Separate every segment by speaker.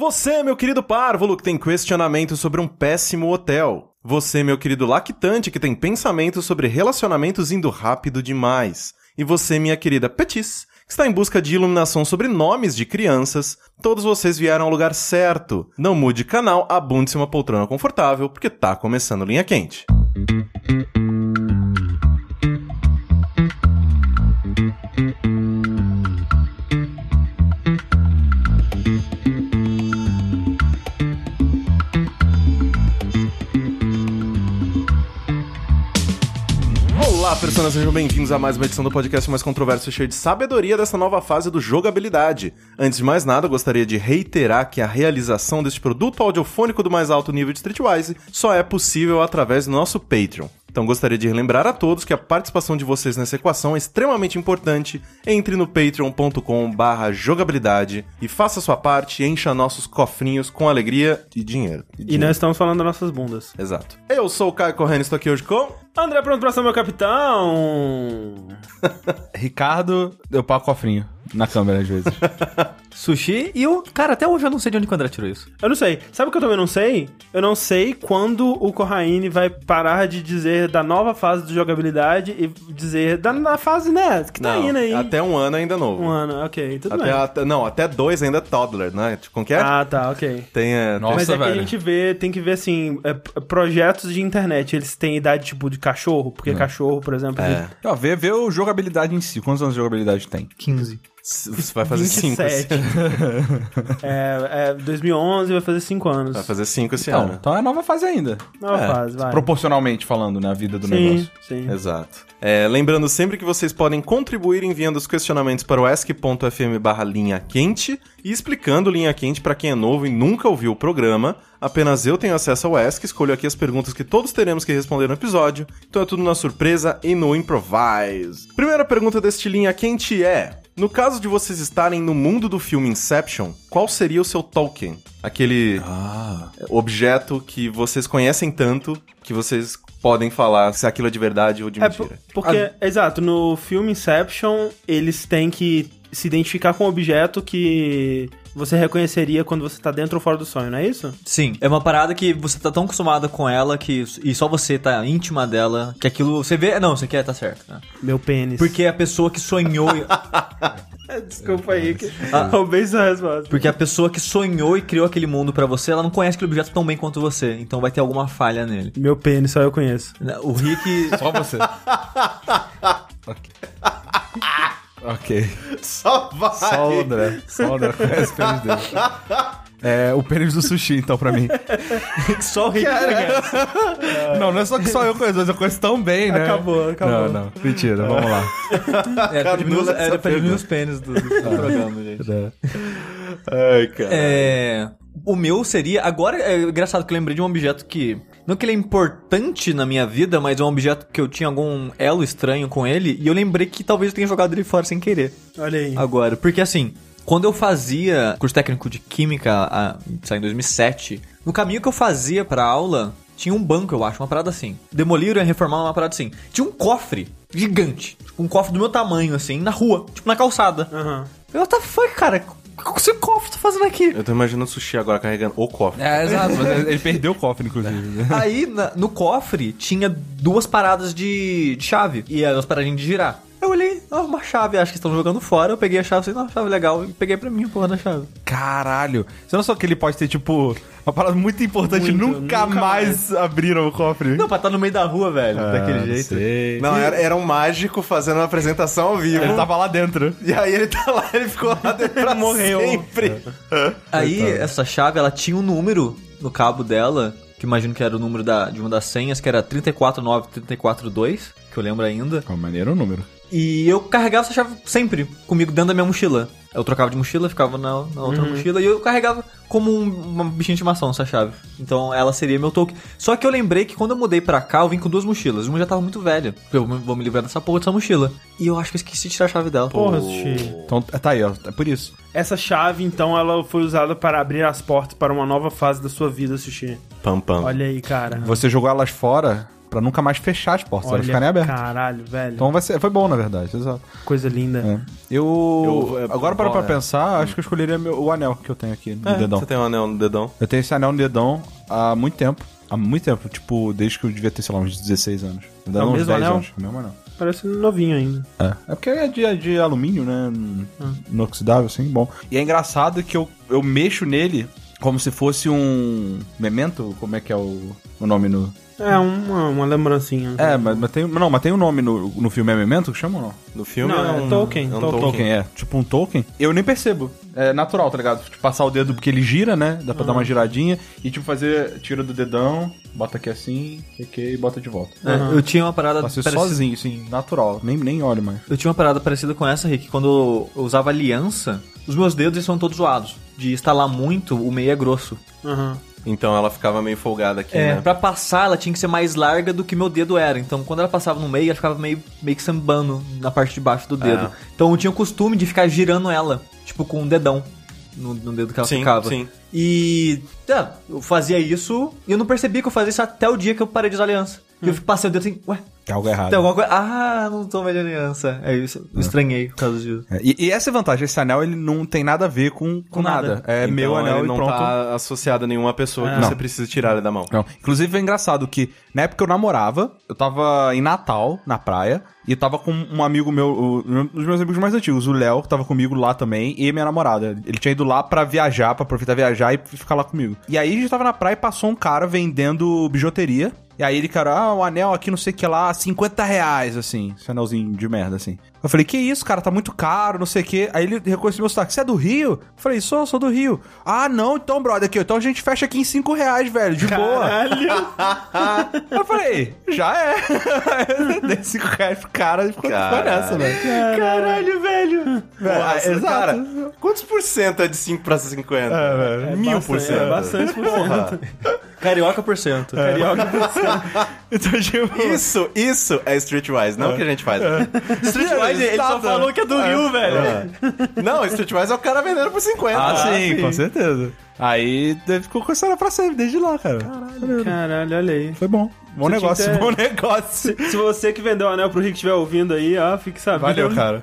Speaker 1: Você, meu querido párvulo, que tem questionamento sobre um péssimo hotel. Você, meu querido lactante, que tem pensamento sobre relacionamentos indo rápido demais. E você, minha querida Petis, que está em busca de iluminação sobre nomes de crianças. Todos vocês vieram ao lugar certo. Não mude canal, abunde-se uma poltrona confortável, porque tá começando linha quente. Olá, personas, sejam bem-vindos a mais uma edição do podcast mais controverso e cheio de sabedoria dessa nova fase do jogabilidade. Antes de mais nada, eu gostaria de reiterar que a realização deste produto audiofônico do mais alto nível de Streetwise só é possível através do nosso Patreon. Então gostaria de relembrar a todos que a participação de vocês nessa equação é extremamente importante. Entre no patreon.com barra jogabilidade e faça a sua parte e encha nossos cofrinhos com alegria e dinheiro.
Speaker 2: E
Speaker 1: dinheiro.
Speaker 2: nós estamos falando das nossas bundas.
Speaker 1: Exato. Eu sou o Caio Corrêa e estou aqui hoje com...
Speaker 2: André, pronto pra ser meu capitão?
Speaker 3: Ricardo deu pau cofrinho na câmera às vezes.
Speaker 4: Sushi e o. Cara, até hoje eu não sei de onde que o André tirou isso.
Speaker 2: Eu não sei. Sabe o que eu também não sei? Eu não sei quando o Corraine vai parar de dizer da nova fase de jogabilidade e dizer da, da fase, né, que tá
Speaker 1: Não,
Speaker 2: indo aí.
Speaker 1: Até um ano ainda é novo.
Speaker 2: Um ano, ok, tudo
Speaker 1: Até
Speaker 2: bem.
Speaker 1: a- não, até dois ainda é toddler, né? Tipo, Como que é?
Speaker 2: Ah, tá, ok.
Speaker 1: Tem, é,
Speaker 3: Nossa,
Speaker 2: Mas é que a
Speaker 3: velho.
Speaker 2: gente vê, tem que ver assim, é, p- projetos de internet, eles têm idade tipo de cachorro, porque cachorro, por exemplo,
Speaker 1: É,
Speaker 2: ele-
Speaker 3: Ó, vê, vê o jogabilidade em si. Quantos anos de jogabilidade tem?
Speaker 4: 15.
Speaker 1: c- você vai fazer cinco. assim. esse-
Speaker 2: 27. é, é, 2011 vai fazer 5 anos.
Speaker 1: Vai fazer cinco esse
Speaker 3: Então,
Speaker 1: ano.
Speaker 3: então é a nova fase ainda.
Speaker 2: Nova
Speaker 1: É,
Speaker 2: fase, vai.
Speaker 3: Proporcionalmente falando, né? A vida do negócio.
Speaker 2: Sim.
Speaker 1: Exato. É, lembrando sempre que vocês podem contribuir enviando os questionamentos para o ask.fm barra linha quente e explicando linha quente para quem é novo e nunca ouviu o programa. Apenas eu tenho acesso ao ask, escolho aqui as perguntas que todos teremos que responder no episódio. Então é tudo na surpresa e no improvise. Primeira pergunta deste linha quente é... No caso de vocês estarem no mundo do filme Inception, qual seria o seu Tolkien? Aquele
Speaker 3: Ah.
Speaker 1: objeto que vocês conhecem tanto que vocês podem falar se aquilo é de verdade ou de
Speaker 2: É,
Speaker 1: mentira.
Speaker 2: po- porque, exato, no filme Inception, eles têm que se identificar com um objeto que você reconheceria quando você tá dentro ou fora do sonho, não é isso?
Speaker 4: Sim. É uma parada que você tá tão acostumado com ela que. E só você tá íntima dela. Que aquilo. Você vê. Não, você quer, tá certo. né?
Speaker 2: Meu pênis.
Speaker 4: Porque a pessoa que sonhou.
Speaker 2: Desculpa aí, que
Speaker 4: Ah.
Speaker 2: roubei sua resposta.
Speaker 4: Porque a pessoa que sonhou e criou aquele mundo pra você, ela não conhece aquele objeto tão bem quanto você. Então vai ter alguma falha nele.
Speaker 2: Meu pênis, só eu conheço.
Speaker 4: O Rick.
Speaker 3: É Só você. ok. ok.
Speaker 1: Só vai!
Speaker 3: Só o André. Só o André conhece o pênis dele. É o pênis do sushi, então, pra mim.
Speaker 4: só o Rick conhece.
Speaker 3: Não, não é só que só eu conheço, mas eu conheço tão bem, né?
Speaker 2: Acabou, acabou.
Speaker 3: Não, não. Mentira, vamos lá.
Speaker 4: É, pra diminuir,
Speaker 1: Nessa
Speaker 4: era pra
Speaker 1: pergunta.
Speaker 4: diminuir os pênis do, do programa, gente.
Speaker 1: Ai, cara.
Speaker 4: É. O meu seria. Agora é engraçado que eu lembrei de um objeto que. Não que ele é importante na minha vida, mas é um objeto que eu tinha algum elo estranho com ele. E eu lembrei que talvez eu tenha jogado ele fora sem querer
Speaker 2: Olha aí.
Speaker 4: agora. Porque assim, quando eu fazia curso técnico de química, a, isso aí em 2007, no caminho que eu fazia pra aula, tinha um banco, eu acho, uma parada assim. Demoliram e reformaram uma parada assim. Tinha um cofre gigante, tipo, um cofre do meu tamanho, assim, na rua, tipo na calçada.
Speaker 2: Aham.
Speaker 4: Eu, what the fuck, cara? O que esse cofre tá fazendo aqui?
Speaker 1: Eu tô imaginando sushi agora carregando o cofre.
Speaker 3: É, exato. Mas ele perdeu o cofre, inclusive.
Speaker 4: Aí, na- no cofre, tinha duas paradas de, de chave. E eram as paradinhas de girar. Eu olhei, ó, uma chave, acho que estão jogando fora. Eu peguei a chave, falei, não, chave legal. E peguei pra mim a porra da chave.
Speaker 3: Caralho. Você não só que ele pode ter, tipo, uma parada muito importante.
Speaker 2: Muito,
Speaker 3: nunca,
Speaker 2: nunca
Speaker 3: mais, abriram o cofre.
Speaker 4: Não, pra estar no meio da rua, velho, daquele jeito.
Speaker 3: Sei.
Speaker 1: Não, era, era um mágico fazendo uma apresentação ao vivo.
Speaker 3: Ele tá- tava lá dentro.
Speaker 1: E aí ele tá lá, ele ficou lá dentro pra
Speaker 2: Morreu.
Speaker 1: sempre.
Speaker 4: Aí, essa chave, ela tinha um número no cabo dela, que imagino que era o número da, de uma das senhas, que era 349-342, que eu lembro ainda.
Speaker 3: Qual maneiro o número?
Speaker 4: E eu carregava essa chave sempre comigo dentro da minha mochila. Eu trocava de mochila, ficava na, na outra mochila e eu carregava como um, uma bichinha de estimação essa chave. Então ela seria meu token. Só que eu lembrei que quando eu mudei pra cá, eu vim com duas mochilas. Uma já tava muito velha. porque Eu vou me livrar dessa porra dessa mochila. E eu acho que eu esqueci de tirar a chave dela.
Speaker 2: Porra, sushi.
Speaker 3: Então, tá aí, ó. É por isso.
Speaker 2: Essa chave, então, ela foi usada para abrir as portas para uma nova fase da sua vida, sushi.
Speaker 1: Pam, pam.
Speaker 2: Olha aí, cara.
Speaker 3: Você jogou elas fora pra Pra nunca mais fechar as portas,
Speaker 2: Olha,
Speaker 3: elas ficarem abertas.
Speaker 2: Caralho, velho.
Speaker 3: Então vai ser, foi bom, na verdade, exato.
Speaker 2: Coisa linda.
Speaker 3: É. Eu,
Speaker 1: Eu- é,
Speaker 3: Agora para pra
Speaker 1: bom, é.
Speaker 3: pensar, acho que eu escolheria meu- o anel que eu tenho aqui no
Speaker 1: É,
Speaker 3: dedão.
Speaker 1: Você tem um anel no dedão.
Speaker 3: Eu tenho esse anel no dedão há muito tempo. Há muito tempo, tipo, desde que eu devia ter, sei lá, uns 16 anos. Ainda
Speaker 2: É o
Speaker 3: não, uns
Speaker 2: mesmo anel?
Speaker 3: anos. É o mesmo anel.
Speaker 2: Parece um novinho ainda.
Speaker 3: É. é porque é de, de alumínio, né? Inoxidável, assim, bom. E é engraçado que eu, eu mexo nele como se fosse um memento, como é que é o, o nome no...
Speaker 2: É uma, uma lembrancinha.
Speaker 3: É, mas, mas tem, não, mas tem um nome no, no filme, é memento que chama ou não?
Speaker 1: No filme
Speaker 2: Não,
Speaker 1: é
Speaker 2: é
Speaker 1: um...
Speaker 2: Tolkien,
Speaker 1: É um
Speaker 2: Tolkien.
Speaker 1: Tolkien.
Speaker 3: Tolkien, é. Tipo um Tolkien. Eu nem percebo. É natural, tá ligado? Tipo, passar o dedo porque ele gira, né? Dá pra dar uma giradinha. E tipo, fazer... Tira do dedão, bota aqui assim, sei o que, e bota de volta.
Speaker 4: É, Eu tinha uma parada
Speaker 3: Passei
Speaker 4: parecida-
Speaker 3: sozinho, assim, natural. Nem, nem olho mais.
Speaker 4: Eu tinha uma parada parecida com essa, Rick. Quando eu usava aliança, os meus dedos eles são todos zoados. De estalar muito, o meio é grosso.
Speaker 2: Aham.
Speaker 1: Então ela ficava meio folgada aqui, né?
Speaker 4: É, Pra passar, ela tinha que ser mais larga do que meu dedo era. Então, quando ela passava no meio, ela ficava meio, meio que sambando na parte de baixo do dedo.
Speaker 1: Ah.
Speaker 4: Então, eu tinha o costume de ficar girando ela, tipo, com um dedão no, no dedo que ela
Speaker 1: Sim,
Speaker 4: ficava.
Speaker 1: sim.
Speaker 4: E tá, eu fazia isso e eu não percebi que eu fazia isso até o dia que eu parei de usar aliança. E
Speaker 1: Hum.
Speaker 4: Eu passei o dedo assim, ué,
Speaker 3: É algo errado.
Speaker 4: tem alguma coisa. Ah, não tô mais de aliança. Aí eu
Speaker 1: Hum.
Speaker 4: eu estranhei por causa disso.
Speaker 3: É, e, e essa é a vantagem. Esse anel, ele não tem nada a ver com, com,
Speaker 4: Com
Speaker 3: nada.
Speaker 4: nada.
Speaker 3: É
Speaker 1: Então
Speaker 3: meu anel
Speaker 1: ele
Speaker 3: e
Speaker 1: não
Speaker 3: pronto.
Speaker 1: tá associado a nenhuma pessoa que
Speaker 3: Não.
Speaker 1: você precisa tirar ele da mão.
Speaker 3: Não. Inclusive é engraçado que na época eu namorava, eu tava em Natal, na praia, e tava com um amigo meu, o- um dos meus amigos mais antigos, o Léo, que tava comigo lá também, e minha namorada. Ele tinha ido lá pra viajar, pra aproveitar viajar e ficar lá comigo. E aí a gente tava na praia e passou um cara vendendo bijuteria. E aí ele, cara, ah, o anel aqui, não sei o que lá, 50 reais, assim, esse anelzinho de merda, assim. Eu falei, que isso, cara, tá muito caro, não sei o que. Aí ele reconheceu meu sotaque, você é do Rio? Eu falei, sou, sou do Rio. Ah, não, então, brother, aqui, ó, então a gente fecha aqui em 5 reais, velho, de boa.
Speaker 2: Caralho.
Speaker 3: Eu falei, já é. Dei 5 reais pro cara e ficou
Speaker 1: Caralho.
Speaker 3: ficou nessa, velho.
Speaker 2: Caralho, velho.
Speaker 1: Nossa,
Speaker 3: É, exato.
Speaker 1: cara, quantos por cento é de 5 pra 50?
Speaker 3: É,
Speaker 2: É
Speaker 1: Mil
Speaker 2: bastante-
Speaker 1: por cento.
Speaker 2: É bastante por cento.
Speaker 4: Carioca por cento.
Speaker 2: Carioca por cento.
Speaker 3: Então, tipo,
Speaker 1: Isso, isso é Streetwise, não o que a gente faz.
Speaker 4: Streetwise, ele só falou que é do Rio, velho.
Speaker 1: Não, Streetwise é o cara vendendo por 50.
Speaker 3: Ah, sim, com certeza. Aí daí ficou com essa hora pra sempre, desde lá, cara.
Speaker 1: É.
Speaker 2: Caralho, olha aí.
Speaker 3: Foi bom.
Speaker 2: Você
Speaker 3: Bom
Speaker 2: tinha
Speaker 3: negócio,
Speaker 2: que ter-
Speaker 3: bom negócio.
Speaker 2: Se você que vendeu o anel pro Rick estiver ouvindo aí, ó, fique sabendo.
Speaker 3: Valeu, cara.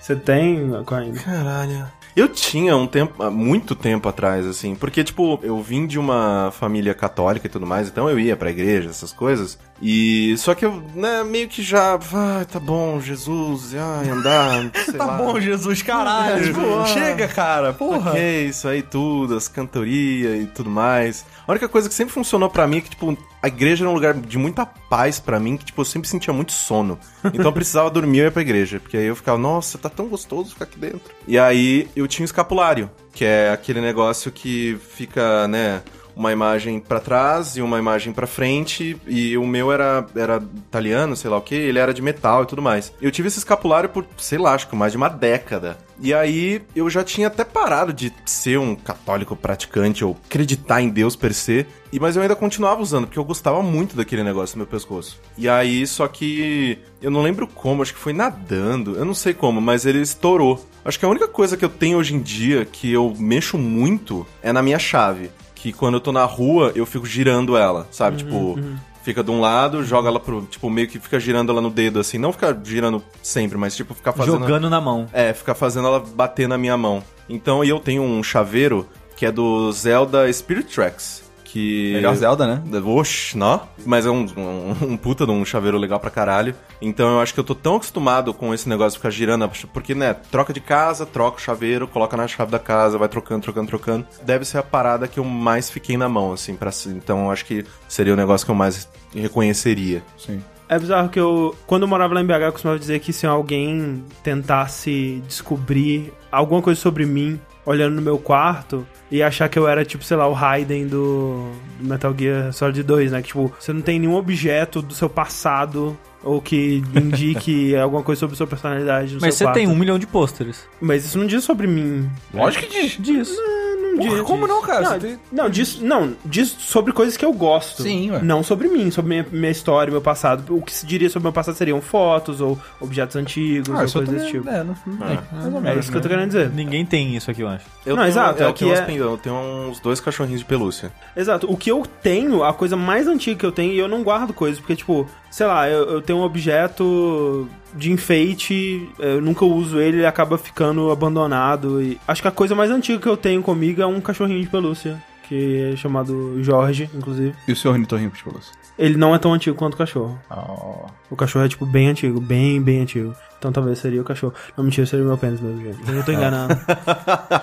Speaker 2: Você tem, é? Coin?
Speaker 1: Caralho. Eu tinha um tempo, há muito tempo atrás, assim, porque, tipo, eu vim de uma família católica e tudo mais, então eu ia pra igreja, essas coisas, e só que eu, né, meio que já, ah, tá bom, Jesus, ai, andar, sei
Speaker 3: Tá
Speaker 1: lá.
Speaker 3: bom, Jesus, caralho.
Speaker 1: Tipo, ah,
Speaker 3: Chega, cara, porra.
Speaker 1: Ok, isso aí tudo, as cantorias e tudo mais. A única coisa que sempre funcionou pra mim é que, tipo, a igreja era um lugar de muita paz pra mim, que, tipo, eu sempre sentia muito sono. Então eu precisava dormir e ia pra igreja. Porque aí eu ficava, nossa, tá tão gostoso ficar aqui dentro. E aí eu tinha um escapulário, que é aquele negócio que fica, né, uma imagem pra trás e uma imagem pra frente, e o meu era, era italiano, sei lá o que, ele era de metal e tudo mais. Eu tive esse escapulário por, sei lá, acho que mais de uma década. E aí eu já tinha até parado de ser um católico praticante ou acreditar em Deus per se, e, mas eu ainda continuava usando, porque eu gostava muito daquele negócio no meu pescoço. E aí, só que eu não lembro como, acho que foi nadando, eu não sei como, mas ele estourou. Acho que a única coisa que eu tenho hoje em dia que eu mexo muito é na minha chave que quando eu tô na rua, eu fico girando ela, sabe? Tipo, fica de um lado, joga ela pro. Tipo, meio que fica girando ela no dedo, assim. Não fica girando sempre, mas tipo, ficar fazendo.
Speaker 4: Jogando na mão.
Speaker 1: É, ficar fazendo ela bater na minha mão. Então, e eu tenho um chaveiro que é do Zelda Spirit Tracks. Que.
Speaker 3: Melhor Zelda, né?
Speaker 1: Oxe, não. Mas é um, um, um puta de um chaveiro legal pra caralho. Então eu acho que eu tô tão acostumado com esse negócio de ficar girando, porque, né, troca de casa, troca o chaveiro, coloca na chave da casa, vai trocando, trocando, trocando. Deve ser a parada que eu mais fiquei na mão, assim, pra, se- então eu acho que seria o negócio que eu mais reconheceria.
Speaker 3: Sim.
Speaker 2: É bizarro que eu, quando eu morava lá em BH, eu costumava dizer que se alguém tentasse descobrir alguma coisa sobre mim olhando no meu quarto e achar que eu era, tipo, sei lá, o Raiden do, do Metal Gear Solid 2, né? Que, tipo, você não tem nenhum objeto do seu passado ou que indique alguma coisa sobre sua personalidade no
Speaker 4: Mas
Speaker 2: seu
Speaker 4: você
Speaker 2: quarto.
Speaker 4: tem um milhão de pôsteres.
Speaker 2: Mas isso não diz sobre mim.
Speaker 3: Lógico que diz.
Speaker 4: Disso.
Speaker 2: Ah, não, não. de-
Speaker 3: Porra, como não, cara?
Speaker 2: Não,
Speaker 3: Você tem-
Speaker 2: não, diz, não, diz sobre coisas que eu gosto.
Speaker 3: Sim, ué.
Speaker 2: Não sobre mim, sobre minha, minha história, meu passado. O que se diria sobre meu passado seriam fotos ou objetos antigos ou coisas desse tipo.
Speaker 3: É, não, não- é, mais ou
Speaker 2: É,
Speaker 3: menos,
Speaker 2: isso que eu tô
Speaker 3: né?
Speaker 2: querendo dizer.
Speaker 4: Ninguém tem isso aqui, eu acho.
Speaker 1: Eu
Speaker 2: Não,
Speaker 1: tenho,
Speaker 2: exato,
Speaker 1: é,
Speaker 2: é
Speaker 1: eu,
Speaker 2: que
Speaker 1: tenho umas
Speaker 2: é-
Speaker 1: pin- eu tenho uns dois cachorrinhos de pelúcia.
Speaker 2: Exato. O que eu tenho, a coisa mais antiga que eu tenho, e eu não guardo coisas, porque, tipo, sei lá, eu, eu tenho um objeto de enfeite, eu nunca uso ele, ele acaba ficando abandonado. E acho que a coisa mais antiga que eu tenho comigo é um cachorrinho de pelúcia, que é chamado Jorge, inclusive.
Speaker 3: E o seu ornitorrinco de pelúcia?
Speaker 2: Ele não é tão antigo quanto o cachorro.
Speaker 3: Oh.
Speaker 2: O cachorro é, tipo, bem antigo, bem, bem antigo. Então talvez seria o cachorro. Não, mentira, seria o meu pênis mesmo, gente. Eu tô enganado.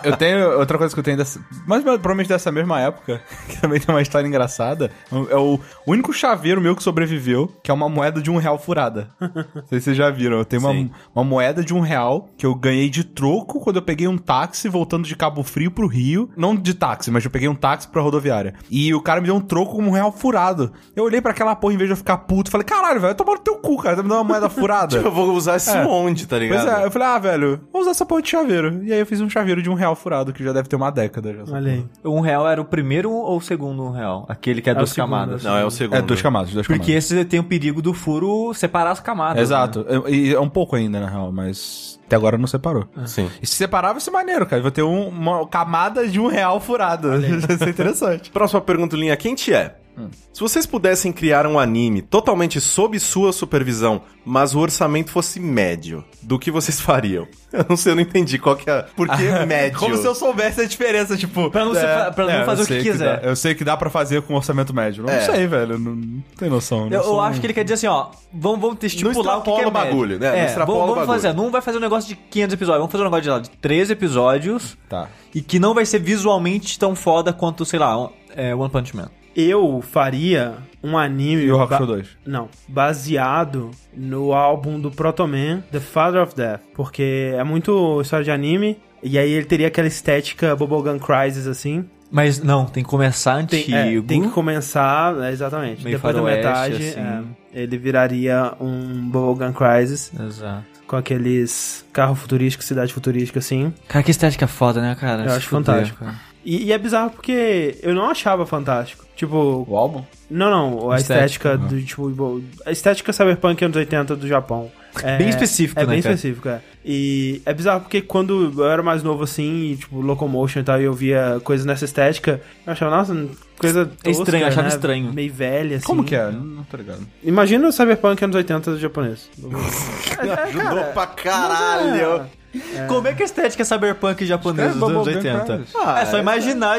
Speaker 3: Eu tenho outra coisa que eu tenho dessa. Mas provavelmente dessa mesma época, que também tem uma história engraçada. É o único chaveiro meu que sobreviveu, que é uma moeda de um real furada. Não sei se vocês já viram. Eu tenho uma,
Speaker 4: Sim.
Speaker 3: uma moeda de um real que eu ganhei de troco quando eu peguei um táxi voltando de Cabo Frio pro Rio. Não de táxi, mas eu peguei um táxi pra rodoviária. E o cara me deu um troco como um real furado. Eu olhei pra aquela porra em vez de eu ficar puto. Falei, caralho, velho, toma no teu cu, cara. Tá me dando uma moeda furada.
Speaker 1: Eu vou usar esse
Speaker 3: É.
Speaker 1: monte, tá
Speaker 3: Pois
Speaker 1: ligado?
Speaker 3: é, eu falei, ah, velho, vou usar essa porra de chaveiro. E aí eu fiz um chaveiro de um real furado, que já deve ter uma década já. essa
Speaker 2: Olha aí.
Speaker 4: Um real era o primeiro ou o segundo um real? Aquele que é,
Speaker 2: o
Speaker 4: duas
Speaker 2: segundo,
Speaker 4: camadas.
Speaker 1: Não, é o
Speaker 3: porra.
Speaker 1: segundo.
Speaker 3: É, duas camadas, duas
Speaker 4: Porque
Speaker 3: camadas.
Speaker 4: esse tem o perigo do furo separar as camadas. né?
Speaker 3: Exato. E é um pouco ainda, na real, mas até agora não separou.
Speaker 1: Sim.
Speaker 3: E se separar vai ser maneiro, cara. Vai ter um- uma camada de um real furado. Vai ser interessante.
Speaker 1: Próxima pergunta, linha quente é:
Speaker 3: Hum.
Speaker 1: Se vocês pudessem criar um anime totalmente sob sua supervisão, mas o orçamento fosse médio, do que vocês fariam? Eu não sei, eu não entendi qual que é. Por que médio?
Speaker 3: Como se eu soubesse a diferença, tipo...
Speaker 4: Pra não se fa- pra não
Speaker 3: eu
Speaker 4: fazer o
Speaker 3: sei
Speaker 4: que quiser.
Speaker 3: dá- eu sei que dá pra fazer com orçamento médio. Não
Speaker 1: É.
Speaker 3: sei, velho. Não, não tem noção. um-
Speaker 4: Eu, eu acho que ele quer dizer assim, ó, vamos, vamos estipular o que, que
Speaker 1: extrapola
Speaker 4: é
Speaker 1: o bagulho,
Speaker 4: médio.
Speaker 1: né? Não
Speaker 4: É,
Speaker 1: extrapola
Speaker 4: vamos,
Speaker 1: o
Speaker 4: vamos
Speaker 1: bagulho.
Speaker 4: fazer, não vai fazer um negócio de 500 episódios, vamos fazer um negócio de, sei lá, de 3 episódios
Speaker 3: Tá.
Speaker 4: e que não vai ser visualmente tão foda quanto, sei lá, um- é, One Punch Man.
Speaker 2: Eu faria um anime.
Speaker 3: E o Rock
Speaker 2: ba-
Speaker 3: Show 2?
Speaker 2: Não. Baseado no álbum do Protoman, The Father of Death. Porque é muito história de anime. E aí ele teria aquela estética Bubblegum Crisis, assim.
Speaker 4: Mas não, tem que começar
Speaker 2: Tem,
Speaker 4: antigo.
Speaker 2: é, tem que começar, é, exatamente.
Speaker 4: Meio
Speaker 2: Depois da
Speaker 4: faroeste,
Speaker 2: metade,
Speaker 4: assim.
Speaker 2: é, ele viraria um Bubblegum Crisis.
Speaker 4: Exato.
Speaker 2: Com aqueles carro futurístico, cidade futurística, assim.
Speaker 4: Cara, que estética foda, né, cara?
Speaker 2: Eu
Speaker 4: Se
Speaker 2: acho
Speaker 4: fuder,
Speaker 2: fantástico.
Speaker 4: cara.
Speaker 2: E, e é bizarro porque eu não achava fantástico. Tipo,
Speaker 3: O álbum?
Speaker 2: Não, não, a
Speaker 4: Estética.
Speaker 2: estética, do tipo. bom, A estética cyberpunk anos 80 do Japão. É,
Speaker 4: Bem específico,
Speaker 2: é
Speaker 4: né,
Speaker 2: bem
Speaker 4: cara?
Speaker 2: específico, é. E é bizarro porque quando eu era mais novo assim, e, tipo, locomotion e tal, e eu via coisas nessa estética, eu achava, nossa, coisa. Tosca,
Speaker 4: É estranho, eu achava
Speaker 2: né?
Speaker 4: estranho.
Speaker 2: Meio velha, assim.
Speaker 3: Como que é? Não, não tô ligado.
Speaker 2: Imagina o cyberpunk anos 80 do japonês. É, é,
Speaker 1: Ajudou
Speaker 2: cara,
Speaker 1: pra caralho!
Speaker 2: é.
Speaker 4: Como é que a estética cyberpunk
Speaker 3: É,
Speaker 4: japonesa dos anos 80?
Speaker 1: Ah,
Speaker 4: é só imaginar a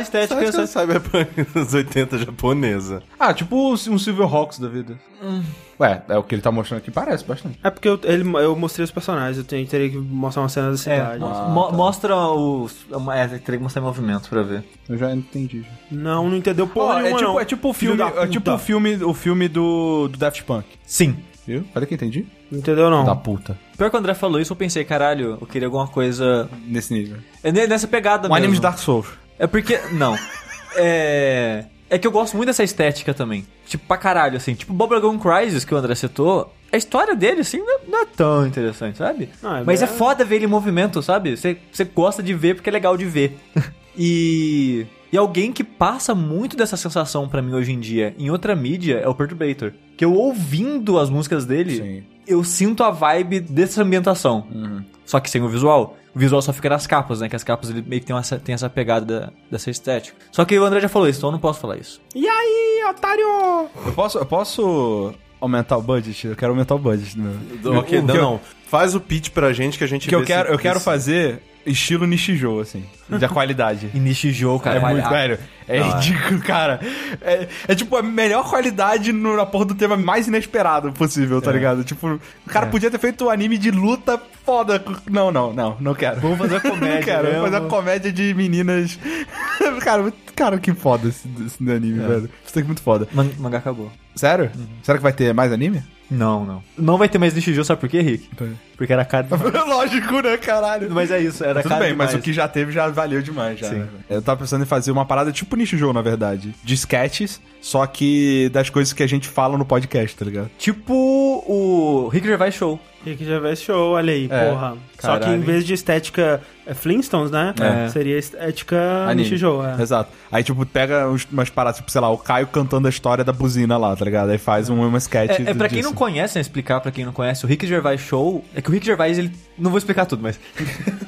Speaker 1: Sabe
Speaker 4: estética...
Speaker 1: que é Cyberpunk dos 80 japonesa.
Speaker 3: Ah, tipo um Silverhawks da vida. Ué, é o que ele tá mostrando aqui, parece bastante.
Speaker 2: É porque eu, ele- eu mostrei os personagens, eu tenho- teria que mostrar uma cena da
Speaker 4: É,
Speaker 2: cidade.
Speaker 4: mo- mo- mostra o... É, teria que mostrar em movimento pra ver.
Speaker 3: Eu já entendi.
Speaker 2: Não, não entendeu
Speaker 3: Ó,
Speaker 2: porra
Speaker 3: é,
Speaker 2: nenhuma,
Speaker 3: tipo,
Speaker 2: não.
Speaker 3: é tipo o
Speaker 2: um, Filho
Speaker 3: filme,
Speaker 2: da
Speaker 3: é tipo
Speaker 2: puta.
Speaker 3: o filme, o filme do, do Daft Punk.
Speaker 4: Sim.
Speaker 3: Viu? Olha que eu entendi.
Speaker 2: Não entendeu, não.
Speaker 3: Da puta.
Speaker 4: Pior que o André falou isso, eu pensei, caralho, eu queria alguma coisa...
Speaker 3: Nesse nível.
Speaker 4: É ne- nessa pegada
Speaker 3: Um
Speaker 4: mesmo.
Speaker 3: anime de Dark Souls.
Speaker 4: É porque... Não. É... É que eu gosto muito dessa estética também. Tipo, pra caralho, assim. Tipo, Bubblegum Crisis, que o André citou, a história dele, assim, não é, não é tão interessante, sabe?
Speaker 2: Não, é
Speaker 4: Mas é
Speaker 2: bem-
Speaker 4: foda ver ele em movimento, sabe? Você você gosta de ver porque é legal de ver. e... E alguém que passa muito dessa sensação pra mim hoje em dia em outra mídia é o Perturbator. Que eu ouvindo as músicas dele, eu sinto a vibe dessa ambientação.
Speaker 3: Uhum.
Speaker 4: Só que sem o visual. O visual só fica nas capas, né? Que as capas ele meio que tem, uma, tem essa pegada da- dessa estética. Só que o André já falou isso, então eu não posso falar isso.
Speaker 2: E aí, otário?
Speaker 3: Eu posso, eu posso aumentar o budget? Eu quero aumentar o budget do meu.
Speaker 1: Ok,
Speaker 3: o
Speaker 1: não,
Speaker 3: que eu-
Speaker 1: não. Faz o pitch pra gente que a gente
Speaker 3: Que eu
Speaker 1: vê se-
Speaker 3: quero, eu quero
Speaker 1: se-
Speaker 3: fazer estilo Nishijou, assim. Da qualidade.
Speaker 4: E Nishijou, cara.
Speaker 3: É
Speaker 4: vai
Speaker 3: muito,
Speaker 4: lá.
Speaker 3: velho. É
Speaker 1: Não, é.
Speaker 3: ridículo, cara. É, é tipo a melhor qualidade no- na porra do tema mais inesperado possível,
Speaker 4: É.
Speaker 3: tá ligado? Tipo, o cara podia ter feito um anime de luta foda. com- Não, não, não, não quero. Vamos fazer
Speaker 4: comédia
Speaker 3: não quero,
Speaker 4: mesmo.
Speaker 3: vamos fazer uma comédia de meninas. cara, muito- cara, que foda esse, esse
Speaker 4: É.
Speaker 3: anime, velho. Isso tem que muito foda.
Speaker 4: Man- mangá acabou.
Speaker 3: Sério?
Speaker 4: Uhum.
Speaker 3: Será que vai ter mais anime?
Speaker 4: Não, não. Não vai ter mais Nishijou, sabe por quê, Rick?
Speaker 3: Tá.
Speaker 4: Porque era cara demais.
Speaker 3: Lógico, né, caralho?
Speaker 4: Mas é isso, era
Speaker 3: Tudo
Speaker 4: cara
Speaker 3: bem,
Speaker 4: demais.
Speaker 3: mas o que já teve já valeu demais, já. né? Eu tava pensando em fazer uma parada tipo nicho jogo, na verdade. De sketches, só que das coisas que a gente fala no podcast, tá ligado?
Speaker 4: Tipo o Rick Gervais Show.
Speaker 2: Rick Gervais Show, olha aí,
Speaker 3: É,
Speaker 2: porra. Só
Speaker 3: caralho.
Speaker 2: que em vez de estética é Flintstones, né?
Speaker 3: É.
Speaker 2: Seria estética
Speaker 3: Anime.
Speaker 2: Nishijou,
Speaker 4: Ah.
Speaker 2: é.
Speaker 3: Exato. Aí, tipo, pega uns- umas paradas, tipo, sei lá, o Caio cantando a história da buzina lá, tá ligado? Aí faz um, uma sketch.
Speaker 4: É, é
Speaker 3: do-
Speaker 4: pra quem
Speaker 3: disso.
Speaker 4: não conhece, né, explicar pra quem não conhece, o Rick Gervais Show, é que o Rick Gervais, ele... Não vou explicar tudo, mas...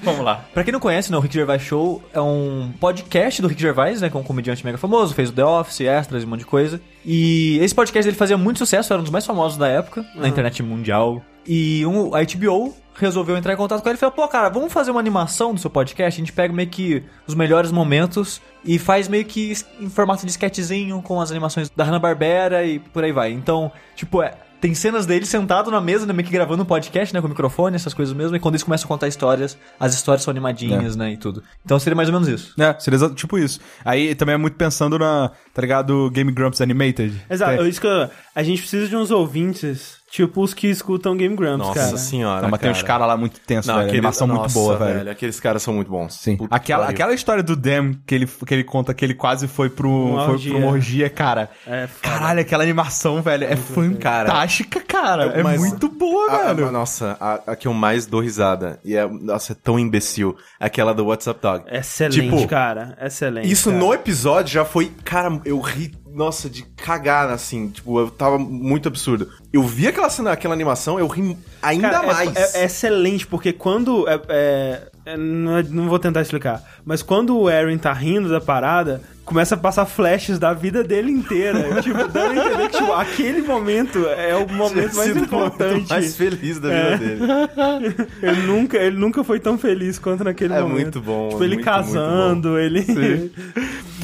Speaker 3: Vamos lá.
Speaker 4: Pra quem não conhece, não, o Rick Gervais Show é um podcast do Rick Gervais, né, que é um comediante mega famoso, fez o The Office, Extras, e um monte de coisa. E esse podcast ele fazia muito sucesso, era um dos mais famosos da época, na internet mundial. E um, a HBO resolveu entrar em contato com ele e falou, pô, cara, vamos fazer uma animação do seu podcast? A gente pega meio que os melhores momentos e faz meio que es- em formato de sketchzinho com as animações da Hanna-Barbera e por aí vai. Então, tipo, é... Tem cenas dele sentado na mesa, né, meio que gravando um podcast, né, com o microfone, essas coisas mesmo. E quando eles começam a contar histórias, as histórias são animadinhas, né, e tudo. Então seria mais ou menos isso.
Speaker 3: É, seria exa- tipo isso. Aí também é muito pensando na, tá ligado, Game Grumps Animated.
Speaker 2: Exato,
Speaker 1: é.
Speaker 2: é
Speaker 3: Tem-
Speaker 2: isso que eu- a gente precisa de uns ouvintes, tipo os que escutam Game Grumps,
Speaker 1: Nossa
Speaker 2: cara.
Speaker 1: senhora.
Speaker 3: Não, mas tem uns caras lá muito tensos,
Speaker 1: Não,
Speaker 3: velho.
Speaker 1: aquele-
Speaker 3: Animação muito
Speaker 1: Nossa,
Speaker 3: boa, velho.
Speaker 1: Aqueles caras são muito bons.
Speaker 3: Sim.
Speaker 1: Puta
Speaker 3: Aquela,
Speaker 1: que pariu.
Speaker 3: aquela história do Dem que ele, que ele conta que ele quase foi pro
Speaker 2: Uma
Speaker 3: foi
Speaker 2: orgia.
Speaker 3: pra uma orgia, cara.
Speaker 2: É foda.
Speaker 3: Caralho, aquela animação, velho, é fantástica, cara. É
Speaker 1: Mas-
Speaker 3: muito boa,
Speaker 1: A- a-
Speaker 3: velho.
Speaker 1: nossa, a, a que eu mais dou risada. E é, nossa, é tão imbecil. É Aquela do WhatsApp Dog.
Speaker 2: Excelente,
Speaker 1: Tipo,
Speaker 2: cara. Excelente.
Speaker 1: Isso
Speaker 2: cara.
Speaker 1: no episódio já foi. Cara, eu ri, nossa, de cagar, assim. Tipo, eu tava muito absurdo. Eu vi aquela cena, aquela animação, eu ri ainda
Speaker 2: Cara, é-
Speaker 1: mais.
Speaker 2: É, é excelente, porque quando. é- é- é, não, é- não vou tentar explicar. Mas quando o Aaron tá rindo da parada, começa a passar flashes da vida dele inteira. tipo, dando a entender que tipo, aquele momento é o momento mais
Speaker 1: Sido o momento
Speaker 2: importante. É.
Speaker 1: mais feliz da vida dele.
Speaker 2: Ele, nunca, ele nunca foi tão feliz quanto naquele
Speaker 1: É
Speaker 2: momento.
Speaker 1: muito bom,
Speaker 2: Tipo, ele
Speaker 1: muito,
Speaker 2: casando, ele.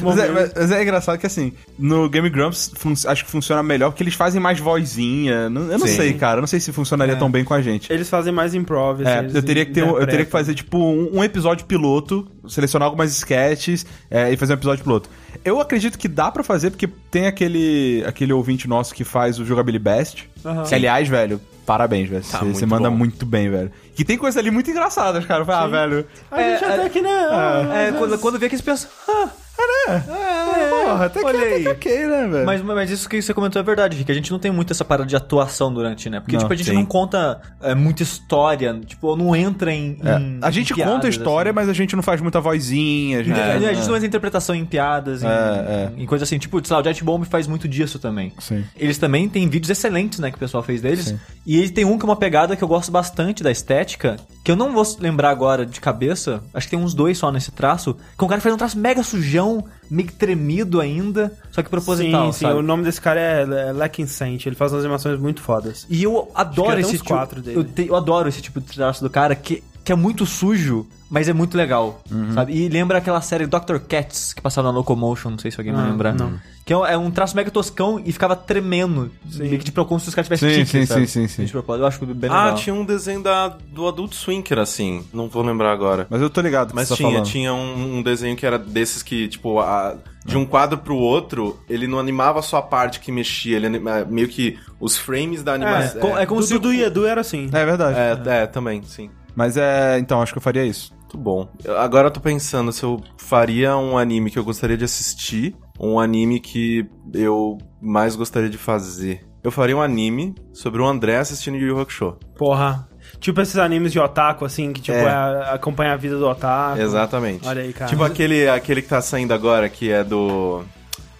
Speaker 3: Mas é,
Speaker 2: Momento.
Speaker 3: mas- mas é engraçado que, assim, no Game Grumps fun- acho que funciona melhor porque eles fazem mais vozinha. Não- Eu não
Speaker 1: Sim.
Speaker 3: sei, cara. Eu não sei se funcionaria tão bem com a gente.
Speaker 2: Eles fazem mais improv, assim,
Speaker 3: É,
Speaker 2: eles
Speaker 3: eu teria, que ter, um- eu teria que
Speaker 2: interpretam.
Speaker 3: fazer, tipo, um, um episódio piloto, selecionar algumas sketches é, e fazer um episódio piloto. Eu acredito que dá pra fazer, porque tem aquele, aquele ouvinte nosso que faz o Jogabilidade Best.
Speaker 2: Aham.
Speaker 3: Que, aliás, velho, parabéns, velho.
Speaker 1: Tá
Speaker 3: você,
Speaker 1: muito
Speaker 3: você manda
Speaker 1: bom.
Speaker 3: muito bem, velho. Que tem coisas ali muito engraçadas, cara. Eu falei, Ah, velho.
Speaker 2: A gente
Speaker 4: É,
Speaker 2: até
Speaker 3: tá
Speaker 4: é-
Speaker 2: que, né? ah,
Speaker 4: É, quando, quando vê que eles pensam. Ah,
Speaker 3: É,
Speaker 4: é,
Speaker 3: Porra, até que,
Speaker 4: olha
Speaker 3: até
Speaker 4: aí.
Speaker 3: que ok, né, velho?
Speaker 4: mas, mas isso que você comentou é verdade, Rick. A gente não tem muito essa parada de atuação durante, né? Porque,
Speaker 3: Não,
Speaker 4: tipo, a gente
Speaker 3: sim.
Speaker 4: não conta é, muita história, tipo, não entra em.
Speaker 3: É,
Speaker 4: em-
Speaker 3: a gente
Speaker 4: em piadas,
Speaker 3: conta
Speaker 1: assim.
Speaker 3: a história, mas a gente não faz muita vozinha. né? A gente,
Speaker 4: Entende? a gente não entra em interpretação em piadas, em,
Speaker 3: É,
Speaker 4: em coisas assim. Tipo, sei lá, o Jet Bomb faz muito disso também.
Speaker 3: Sim.
Speaker 4: Eles também têm vídeos excelentes, né, que o pessoal fez deles. E ele tem um que é uma pegada que eu gosto bastante da estética, que eu não vou lembrar agora de cabeça. Acho que tem uns dois só nesse traço. Que é um cara que faz um traço mega sujão, meio que tremido ainda, só que proposital,
Speaker 2: sim, sim.
Speaker 4: sabe?
Speaker 2: O nome desse cara é Lack Incent. Ele faz umas animações muito fodas.
Speaker 4: E eu
Speaker 2: Acho
Speaker 4: adoro
Speaker 2: que até
Speaker 4: esse tipo
Speaker 2: uns quatro dele.
Speaker 4: Eu, te- eu adoro esse tipo de traço do cara que, que é muito sujo, mas é muito legal, sabe? E lembra aquela série Dr. Cats que passava na Locomotion, não sei se alguém vai
Speaker 2: Ah,
Speaker 4: lembrar.
Speaker 2: não.
Speaker 4: Que é um, é um traço mega toscão e ficava tremendo, meio que tipo como se os caras tivessem
Speaker 3: Sim,
Speaker 4: tique,
Speaker 3: sim, sim,
Speaker 4: sabe?
Speaker 3: sim, sim.
Speaker 4: De propósito, eu acho bem legal.
Speaker 1: Ah, tinha um desenho da, do Adult Swim que era assim. Não vou lembrar agora.
Speaker 3: Mas eu tô ligado.
Speaker 1: Mas
Speaker 3: que você
Speaker 1: tinha,
Speaker 3: tá falando.
Speaker 1: tinha um, um desenho que era desses que, tipo, a- de um quadro pro outro, ele não animava só a parte que mexia, ele anima- é, meio que os frames da
Speaker 4: É,
Speaker 1: animação.
Speaker 4: co- é como
Speaker 2: o
Speaker 4: se...
Speaker 2: Dudu e Edu era assim.
Speaker 3: É verdade.
Speaker 1: É, é, também, sim.
Speaker 3: Mas é. Então, acho que eu faria isso.
Speaker 1: Muito bom. Eu- Agora eu tô pensando se eu faria um anime que eu gostaria de assistir, ou um anime que eu mais gostaria de fazer. Eu faria um anime sobre o André assistindo Yu Yu Hakusho.
Speaker 2: Porra. Tipo esses animes de otaku, assim, que tipo
Speaker 1: É.
Speaker 2: é a- acompanha a vida do otaku.
Speaker 1: Exatamente.
Speaker 2: Ah, tá. Olha aí, cara.
Speaker 1: Tipo aquele, aquele que tá saindo agora, que é do.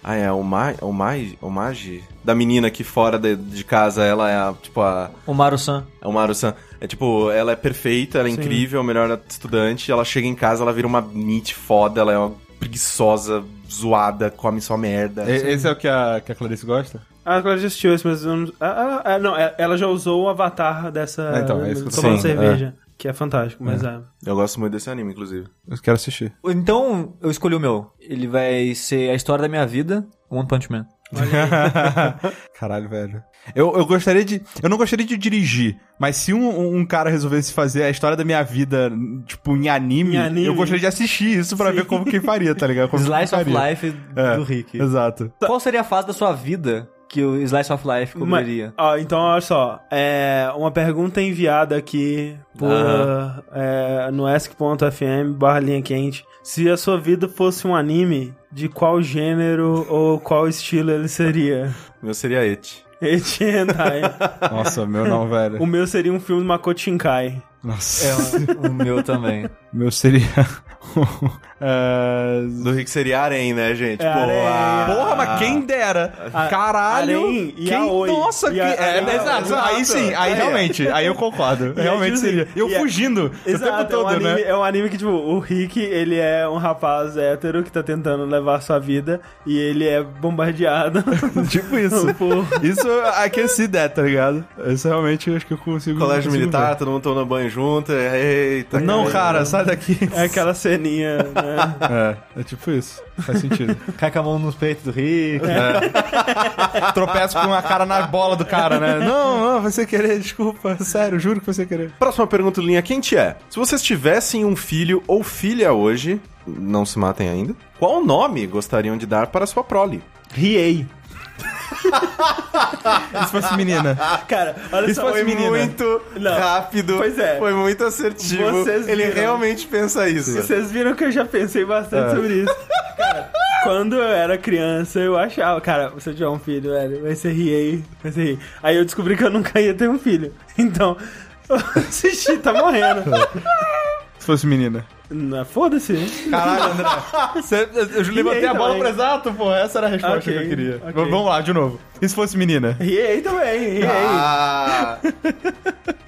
Speaker 1: Ah, é o Mai. O Mai. O Magi? Da menina que fora de, de casa, ela é a, tipo a.
Speaker 4: O Maru-san.
Speaker 1: É o Maru-san. É tipo, ela é perfeita, ela é
Speaker 2: Sim.
Speaker 1: incrível, a melhor estudante. Ela chega em casa, ela vira uma nit foda, ela é uma preguiçosa, zoada, come só merda.
Speaker 3: E- Esse é o que a, que a Clarice gosta?
Speaker 2: Ah, claro, já assistiu esse, mas eu não... Ah, ah, ah, não, é- ela já usou o avatar dessa...
Speaker 3: É, então, é isso que eu tô
Speaker 2: tomando
Speaker 1: falando,
Speaker 2: cerveja. Que é fantástico, mas é.
Speaker 1: Eu gosto muito desse anime, inclusive.
Speaker 3: Eu quero assistir.
Speaker 4: Então, eu escolhi o meu. Ele vai ser a história da minha vida, One Punch Man.
Speaker 3: Caralho, velho. Eu, eu gostaria de. Eu não gostaria de dirigir, mas se um, um cara resolvesse fazer a história da minha vida, tipo, em anime,
Speaker 2: Em anime.
Speaker 3: eu gostaria de assistir isso pra ver como que faria, tá ligado? Como que
Speaker 4: Slice of
Speaker 3: faria.
Speaker 4: Life
Speaker 3: É,
Speaker 4: do Rick.
Speaker 3: Exato.
Speaker 4: Qual seria a fase da sua vida que o Slice of Life
Speaker 2: Mas-
Speaker 4: cobriria?
Speaker 2: ó, então, olha só. É uma pergunta enviada aqui por,
Speaker 1: Aham.
Speaker 2: é, no ask.fm barra linha quente. Se a sua vida fosse um anime, de qual gênero ou qual estilo ele seria?
Speaker 1: Meu seria It.
Speaker 2: Eti Hentai.
Speaker 3: Nossa, meu não, velho.
Speaker 2: o meu seria um filme do Makoto Shinkai.
Speaker 3: Nossa.
Speaker 4: É, o meu também.
Speaker 3: Meu seria. É,
Speaker 1: Do Rick seria Arém, né, gente?
Speaker 2: É, Arém.
Speaker 3: Porra, mas quem dera. Caralho.
Speaker 2: Ah. além e
Speaker 3: quem...
Speaker 2: a Oi.
Speaker 3: Nossa,
Speaker 2: E
Speaker 3: que...
Speaker 2: a-
Speaker 3: é,
Speaker 2: a-
Speaker 3: exato.
Speaker 1: exato.
Speaker 3: Aí sim, aí
Speaker 1: É.
Speaker 3: realmente. Aí eu concordo.
Speaker 2: E é
Speaker 3: realmente
Speaker 2: tipo assim,
Speaker 3: seria. Eu
Speaker 2: e é-
Speaker 3: fugindo o tempo
Speaker 2: Exato,
Speaker 3: todo,
Speaker 2: é, um anime,
Speaker 3: né?
Speaker 2: é um anime que, tipo, o Rick, ele é um rapaz hétero que tá tentando levar sua vida e ele é bombardeado.
Speaker 3: Tipo isso.
Speaker 2: por...
Speaker 3: Isso aqueci ideia, tá ligado? Isso realmente eu acho que eu consigo.
Speaker 1: Colégio
Speaker 3: consigo
Speaker 1: militar, todo mundo tomando banho junto. é, Eita.
Speaker 3: ver. Não, cara, sai daqui.
Speaker 2: Tá É aquela ceninha, né?
Speaker 3: É, é tipo isso. Faz sentido.
Speaker 4: Cai com a mão nos peitos do Rick. né?
Speaker 3: Tropeço É. com a cara na bola do cara, né? Não, não, foi sem querer, desculpa. Sério, juro que foi sem querer.
Speaker 1: Próxima pergunta do linha quente é: Se vocês tivessem um filho ou filha hoje, não se matem ainda, qual nome gostariam de dar para sua prole?
Speaker 2: Riei.
Speaker 3: Isso fosse menina.
Speaker 2: Cara, olha
Speaker 3: Isso
Speaker 2: só.
Speaker 3: fosse
Speaker 2: eu-
Speaker 3: menina.
Speaker 1: muito
Speaker 2: Não.
Speaker 1: rápido.
Speaker 2: Pois é.
Speaker 1: Foi muito assertivo.
Speaker 2: Vocês
Speaker 1: Ele
Speaker 2: viram.
Speaker 1: realmente pensa isso.
Speaker 2: Vocês viram que eu já pensei
Speaker 3: É.
Speaker 2: bastante sobre isso. Cara, Quando eu era criança, eu achava, cara, se eu tiver um filho, velho, vai ser riei, vai ser riei. Aí eu descobri que eu nunca ia ter um filho. Então, xixi, tá morrendo.
Speaker 3: Se fosse menina.
Speaker 2: Não, Foda-se.
Speaker 3: Caralho, André. Você- eu levantei a bola pro exato, pô. Essa era a resposta
Speaker 2: Ok,
Speaker 3: que eu queria. V-
Speaker 2: ok.
Speaker 3: Vamos lá, de novo. E se fosse menina?
Speaker 2: Riei também, riei.
Speaker 1: Ah!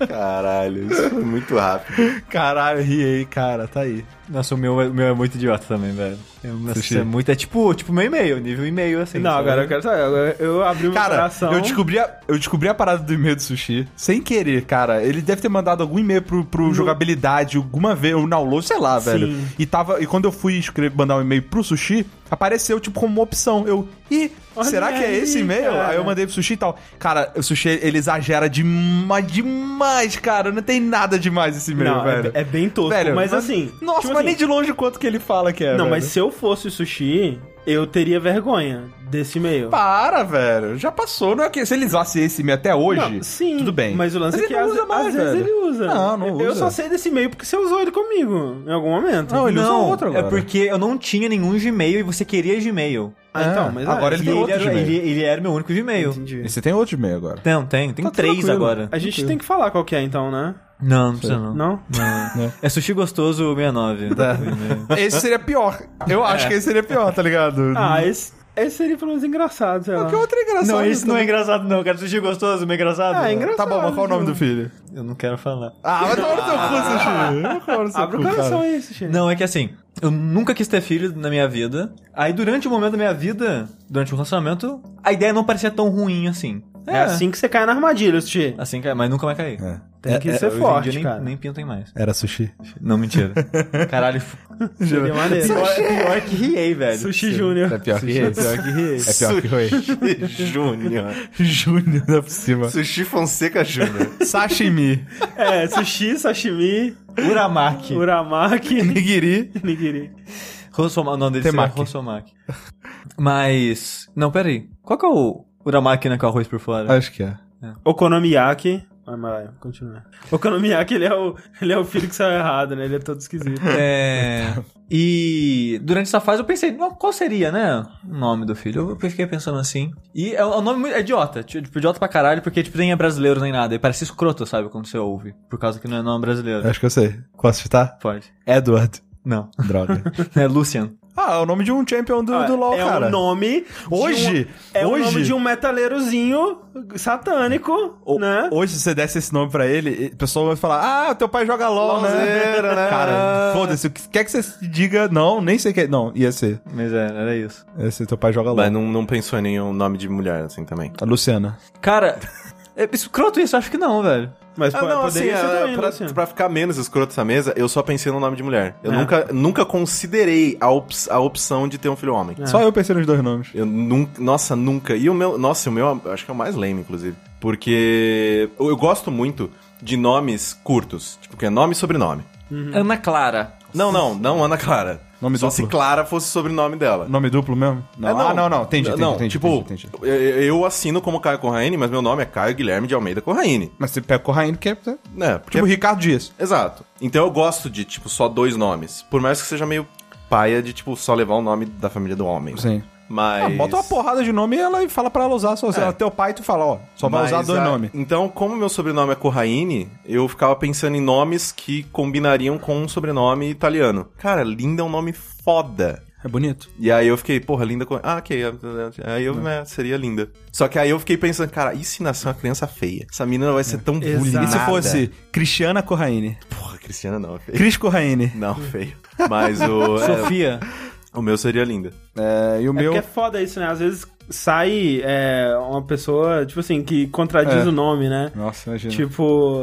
Speaker 1: Caralho, isso foi muito rápido.
Speaker 3: Caralho, riei, cara, tá aí.
Speaker 4: Nossa, o meu, é- o meu é muito idiota também, velho. Eu, nossa,
Speaker 3: Sushi.
Speaker 4: isso é muito. É tipo, tipo meu e-mail, nível e-mail, assim.
Speaker 2: Não,
Speaker 4: sabe?
Speaker 2: agora eu quero saber. agora Eu abri o meu
Speaker 3: Cara,
Speaker 2: coração.
Speaker 3: eu descobri, a, eu descobri a parada do e-mail do sushi sem querer, cara. Ele deve ter mandado algum e-mail pro, pro
Speaker 2: Hum.
Speaker 3: jogabilidade alguma vez, ou download, sei lá, velho. E tava. E quando eu fui escrever, mandar um e-mail pro sushi, apareceu, tipo, como uma opção. Eu. Ih,
Speaker 2: Olha
Speaker 3: será que é
Speaker 2: aí,
Speaker 3: esse e-mail?
Speaker 2: cara.
Speaker 3: Aí eu mandei pro sushi e tal. Cara, o sushi, ele exagera demais, demais, cara. Não tem nada demais esse e-mail,
Speaker 2: Não, é
Speaker 3: velho.
Speaker 2: be- é bem tosco, mas assim,
Speaker 3: Nossa,
Speaker 2: tipo
Speaker 3: mas
Speaker 2: assim-
Speaker 3: nem de longe o quanto que ele fala que é.
Speaker 2: Não,
Speaker 3: velho.
Speaker 2: mas se eu fosse sushi, eu teria vergonha desse e-mail.
Speaker 3: Para, velho. Já passou, não é que se ele usasse esse e-mail até hoje,
Speaker 2: Não, sim,
Speaker 3: tudo bem.
Speaker 2: Mas o lance é
Speaker 3: ele
Speaker 2: que
Speaker 3: não
Speaker 2: às,
Speaker 3: usa mais,
Speaker 2: às vezes
Speaker 3: velho.
Speaker 2: ele usa.
Speaker 3: Não, não
Speaker 2: Eu
Speaker 3: usa.
Speaker 2: só sei desse e-mail porque você usou ele comigo em algum momento.
Speaker 3: Não, ele usa
Speaker 4: Não,
Speaker 3: outro agora.
Speaker 4: é porque eu não tinha nenhum Gmail e você queria Gmail.
Speaker 2: Ah, então, mas
Speaker 3: agora
Speaker 2: é,
Speaker 3: ele é
Speaker 4: E
Speaker 3: tem
Speaker 4: ele
Speaker 3: outro
Speaker 4: era,
Speaker 3: Gmail.
Speaker 4: ele, ele era meu único Gmail.
Speaker 2: Entendi.
Speaker 3: E Você tem outro e-mail agora.
Speaker 4: Não, tem. Tem
Speaker 3: Tá
Speaker 4: três
Speaker 3: tranquilo. Uhum.
Speaker 4: agora.
Speaker 2: A gente tem que falar qual que é então, né?
Speaker 4: Não, não precisa não.
Speaker 2: Não?
Speaker 4: É sushi gostoso 69.
Speaker 3: Esse seria pior. Eu acho que esse seria pior, tá ligado?
Speaker 2: É. Ah, esse, esse seria pelo menos engraçado, sei lá.
Speaker 3: que outro é engraçado.
Speaker 4: Não, isso não é engraçado, não. Cara, sushi gostoso, meio engraçado.
Speaker 2: Ah, é engraçado.
Speaker 3: Tá bom, mas qual o nome do filho?
Speaker 4: Eu não quero falar.
Speaker 3: Ah, vai tomar no seu cu, Sushi. Vai tomar no seu
Speaker 2: Abre o
Speaker 3: cu, cara.
Speaker 2: coração aí, sushi.
Speaker 4: Não, é que assim, eu nunca quis ter filho na minha vida. Aí durante o momento da minha vida, durante o relacionamento, a ideia não parecia tão ruim assim.
Speaker 2: É. assim que você cai na armadilha, sushi.
Speaker 4: Assim, cai, mas nunca vai cair.
Speaker 2: Tem que
Speaker 4: É,
Speaker 2: ser
Speaker 4: hoje em
Speaker 2: forte,
Speaker 4: dia nem,
Speaker 2: cara.
Speaker 4: nem pinto tem mais.
Speaker 3: Era Sushi.
Speaker 4: Não, mentira. Caralho. f-
Speaker 2: Seria maneiro.
Speaker 4: Pior, pior que riei, velho.
Speaker 2: Sushi Júnior.
Speaker 3: É pior que esse. É pior que esse. É pior que foi.
Speaker 1: Júnior.
Speaker 3: Júnior da por cima.
Speaker 1: Sushi Fonseca Júnior.
Speaker 3: Sashimi.
Speaker 2: É, sushi, sashimi,
Speaker 4: Uramaki.
Speaker 2: uramaki,
Speaker 3: Nigiri.
Speaker 2: nigiri.
Speaker 4: Rossomaki. Não, deve ser
Speaker 3: Temaki.
Speaker 4: Rossomaki. Mas... Não, peraí. Qual que é o Uramaki, né, com arroz por fora?
Speaker 3: Acho que é.
Speaker 2: Okonomiyaki. Vai, Mariah, continua. Okonomiyaki, ele é, o, ele é o filho que saiu errado, né? Ele é todo esquisito.
Speaker 4: É... E durante essa fase eu pensei, "Não, qual seria, né, o nome do filho? Eu fiquei pensando assim. E é um é um nome muito é idiota, tipo, idiota pra caralho, porque tipo, nem é brasileiro nem nada. E parece escroto, sabe, quando você ouve. Por causa que não é nome brasileiro.
Speaker 3: Acho que eu sei. Posso citar?
Speaker 4: Pode.
Speaker 3: Edward.
Speaker 4: Não.
Speaker 3: Droga.
Speaker 4: É Lucian.
Speaker 3: Ah, é o nome de um champion do,
Speaker 2: Ah,
Speaker 3: do LoL,
Speaker 2: é
Speaker 3: cara.
Speaker 2: o nome.
Speaker 3: Hoje,
Speaker 2: De um, é
Speaker 3: hoje,
Speaker 2: o nome de um metaleirozinho satânico,
Speaker 3: o-
Speaker 2: né?
Speaker 3: hoje, se você desse esse nome pra ele, o pessoal vai falar: Ah, teu pai joga LOL, né?
Speaker 1: Lolzeira, né?
Speaker 3: Cara, foda-se, o que quer que você diga, não, nem sei que. é." Não, ia ser.
Speaker 4: Mas é, era isso.
Speaker 3: Ia ser teu pai joga LOL.
Speaker 1: Mas não, não pensou em nenhum nome de mulher assim também.
Speaker 3: A Luciana.
Speaker 4: Cara, é escroto isso, eu acho que não, velho.
Speaker 2: Mas
Speaker 1: Ah,
Speaker 2: po-
Speaker 1: não, assim,
Speaker 2: poderia ser
Speaker 1: é,
Speaker 2: doido,
Speaker 1: pra,
Speaker 2: assim.
Speaker 1: pra ficar menos escroto essa mesa, eu só pensei no nome de mulher. Eu
Speaker 2: É.
Speaker 1: nunca, nunca considerei a, op a opção de ter um filho homem.
Speaker 2: É.
Speaker 3: Só eu pensei nos dois nomes.
Speaker 1: Eu nunca, nossa, nunca. E o meu, nossa, o meu acho que é o mais lame, inclusive. Porque eu, eu gosto muito de nomes curtos, tipo, que é nome e sobrenome.
Speaker 4: Ana Clara.
Speaker 1: Não, não, não Ana Clara.
Speaker 3: Nome
Speaker 1: Só
Speaker 3: duplo.
Speaker 1: se Clara fosse o sobrenome dela.
Speaker 3: Nome duplo mesmo?
Speaker 1: É,
Speaker 3: Ah, não, não. Entendi, entendi,
Speaker 1: não,
Speaker 3: entendi.
Speaker 1: Tipo,
Speaker 3: entendi, entendi.
Speaker 1: Eu, eu assino como Caio Corraine, mas meu nome é Caio Guilherme de Almeida Corraine.
Speaker 3: Mas você pega Corraine, que é.
Speaker 1: Né? Porque
Speaker 3: Tipo, Ricardo Dias.
Speaker 1: Exato. Então eu gosto de, tipo, só dois nomes. Por mais que seja meio paia de, tipo, só levar o nome da família do homem.
Speaker 3: Sim.
Speaker 1: Mas.
Speaker 3: Ah, bota uma porrada de nome e ela e fala pra ela usar só. Ela, teu pai, tu fala, ó, só vai
Speaker 1: Mas
Speaker 3: usar dois
Speaker 1: a-
Speaker 3: nomes.
Speaker 1: Então, como meu sobrenome é Corraine, eu ficava pensando em nomes que combinariam com um sobrenome italiano. Cara, Linda é um nome foda.
Speaker 3: É bonito.
Speaker 1: E aí eu fiquei, porra, linda. Co- Ah, ok. Aí eu né, seria linda. Só que aí eu fiquei pensando, cara, e se nascer uma criança feia? Essa menina vai ser tão
Speaker 2: Exato.
Speaker 1: bullying.
Speaker 3: É. E se fosse Cristiana Corraine?
Speaker 1: Porra, Cristiana não, é feio.
Speaker 3: Cris Corraine.
Speaker 1: Não, feio. Mas o. é,
Speaker 4: Sofia.
Speaker 1: o meu seria linda.
Speaker 3: É, e o
Speaker 2: É
Speaker 3: meu.
Speaker 2: porque é foda isso, né? Às vezes sai é, uma pessoa, tipo assim, que contradiz
Speaker 3: É.
Speaker 2: o nome, né?
Speaker 3: Nossa, imagina. Tipo,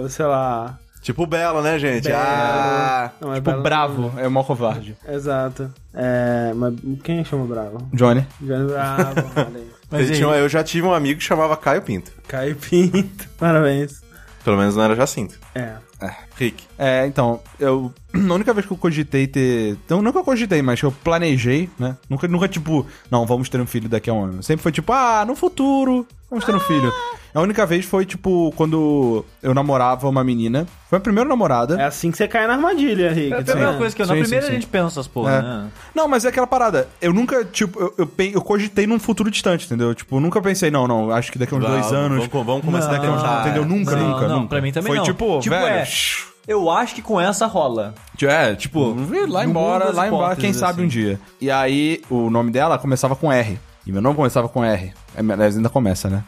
Speaker 2: Tipo, sei lá.
Speaker 1: Tipo Belo, né, gente?
Speaker 2: Belo.
Speaker 1: Ah.
Speaker 2: Não, é Belo-
Speaker 3: Bravo é o maior covarde.
Speaker 2: Exato. É, mas quem chama Bravo? Ah,
Speaker 3: Johnny.
Speaker 2: Johnny Bravo, olha aí.
Speaker 1: Eu
Speaker 4: Mas e
Speaker 1: tinha-
Speaker 4: aí?
Speaker 1: eu já tive um amigo que chamava Caio Pinto.
Speaker 2: Caio Pinto, parabéns.
Speaker 1: Pelo menos não era Jacinto.
Speaker 2: É.
Speaker 1: Rick.
Speaker 3: É, então, eu. A única vez que eu cogitei ter. Então, nunca cogitei, mas que eu planejei, né? Nunca, nunca, tipo, não, vamos ter um filho daqui a um ano. Sempre foi tipo, ah, no futuro, vamos ter um filho. A única vez foi, tipo, quando eu namorava uma menina. Foi a primeira namorada.
Speaker 2: É assim que você cai na armadilha, Rick.
Speaker 4: É a
Speaker 2: tá
Speaker 4: primeira
Speaker 2: vendo?
Speaker 4: coisa que eu. Na
Speaker 3: Sim, sim,
Speaker 4: primeira
Speaker 3: sim.
Speaker 4: a gente pensa essas porra,
Speaker 3: É.
Speaker 4: né?
Speaker 3: Não, mas é aquela parada. Eu nunca, tipo, eu, eu, pe- eu cogitei num futuro distante, entendeu? Tipo, eu nunca pensei, não, não, acho que daqui a uns dois anos.
Speaker 1: Vamos, vamos começar daqui a um uns
Speaker 3: não,
Speaker 1: dois
Speaker 3: entendeu? Nunca,
Speaker 4: Não,
Speaker 3: nunca,
Speaker 4: não,
Speaker 3: nunca.
Speaker 4: pra mim também
Speaker 3: Foi
Speaker 4: não.
Speaker 3: tipo,
Speaker 4: Tipo,
Speaker 3: velho,
Speaker 4: é. Eu acho que com essa rola.
Speaker 3: É, tipo, vê lá
Speaker 4: no
Speaker 3: embora,
Speaker 4: mundo das
Speaker 3: lá embora,
Speaker 4: hipóteses,
Speaker 3: quem sabe
Speaker 4: assim.
Speaker 3: um dia. E aí, o nome dela começava com R. E meu nome começava com R. É, Aliás, ainda começa, né?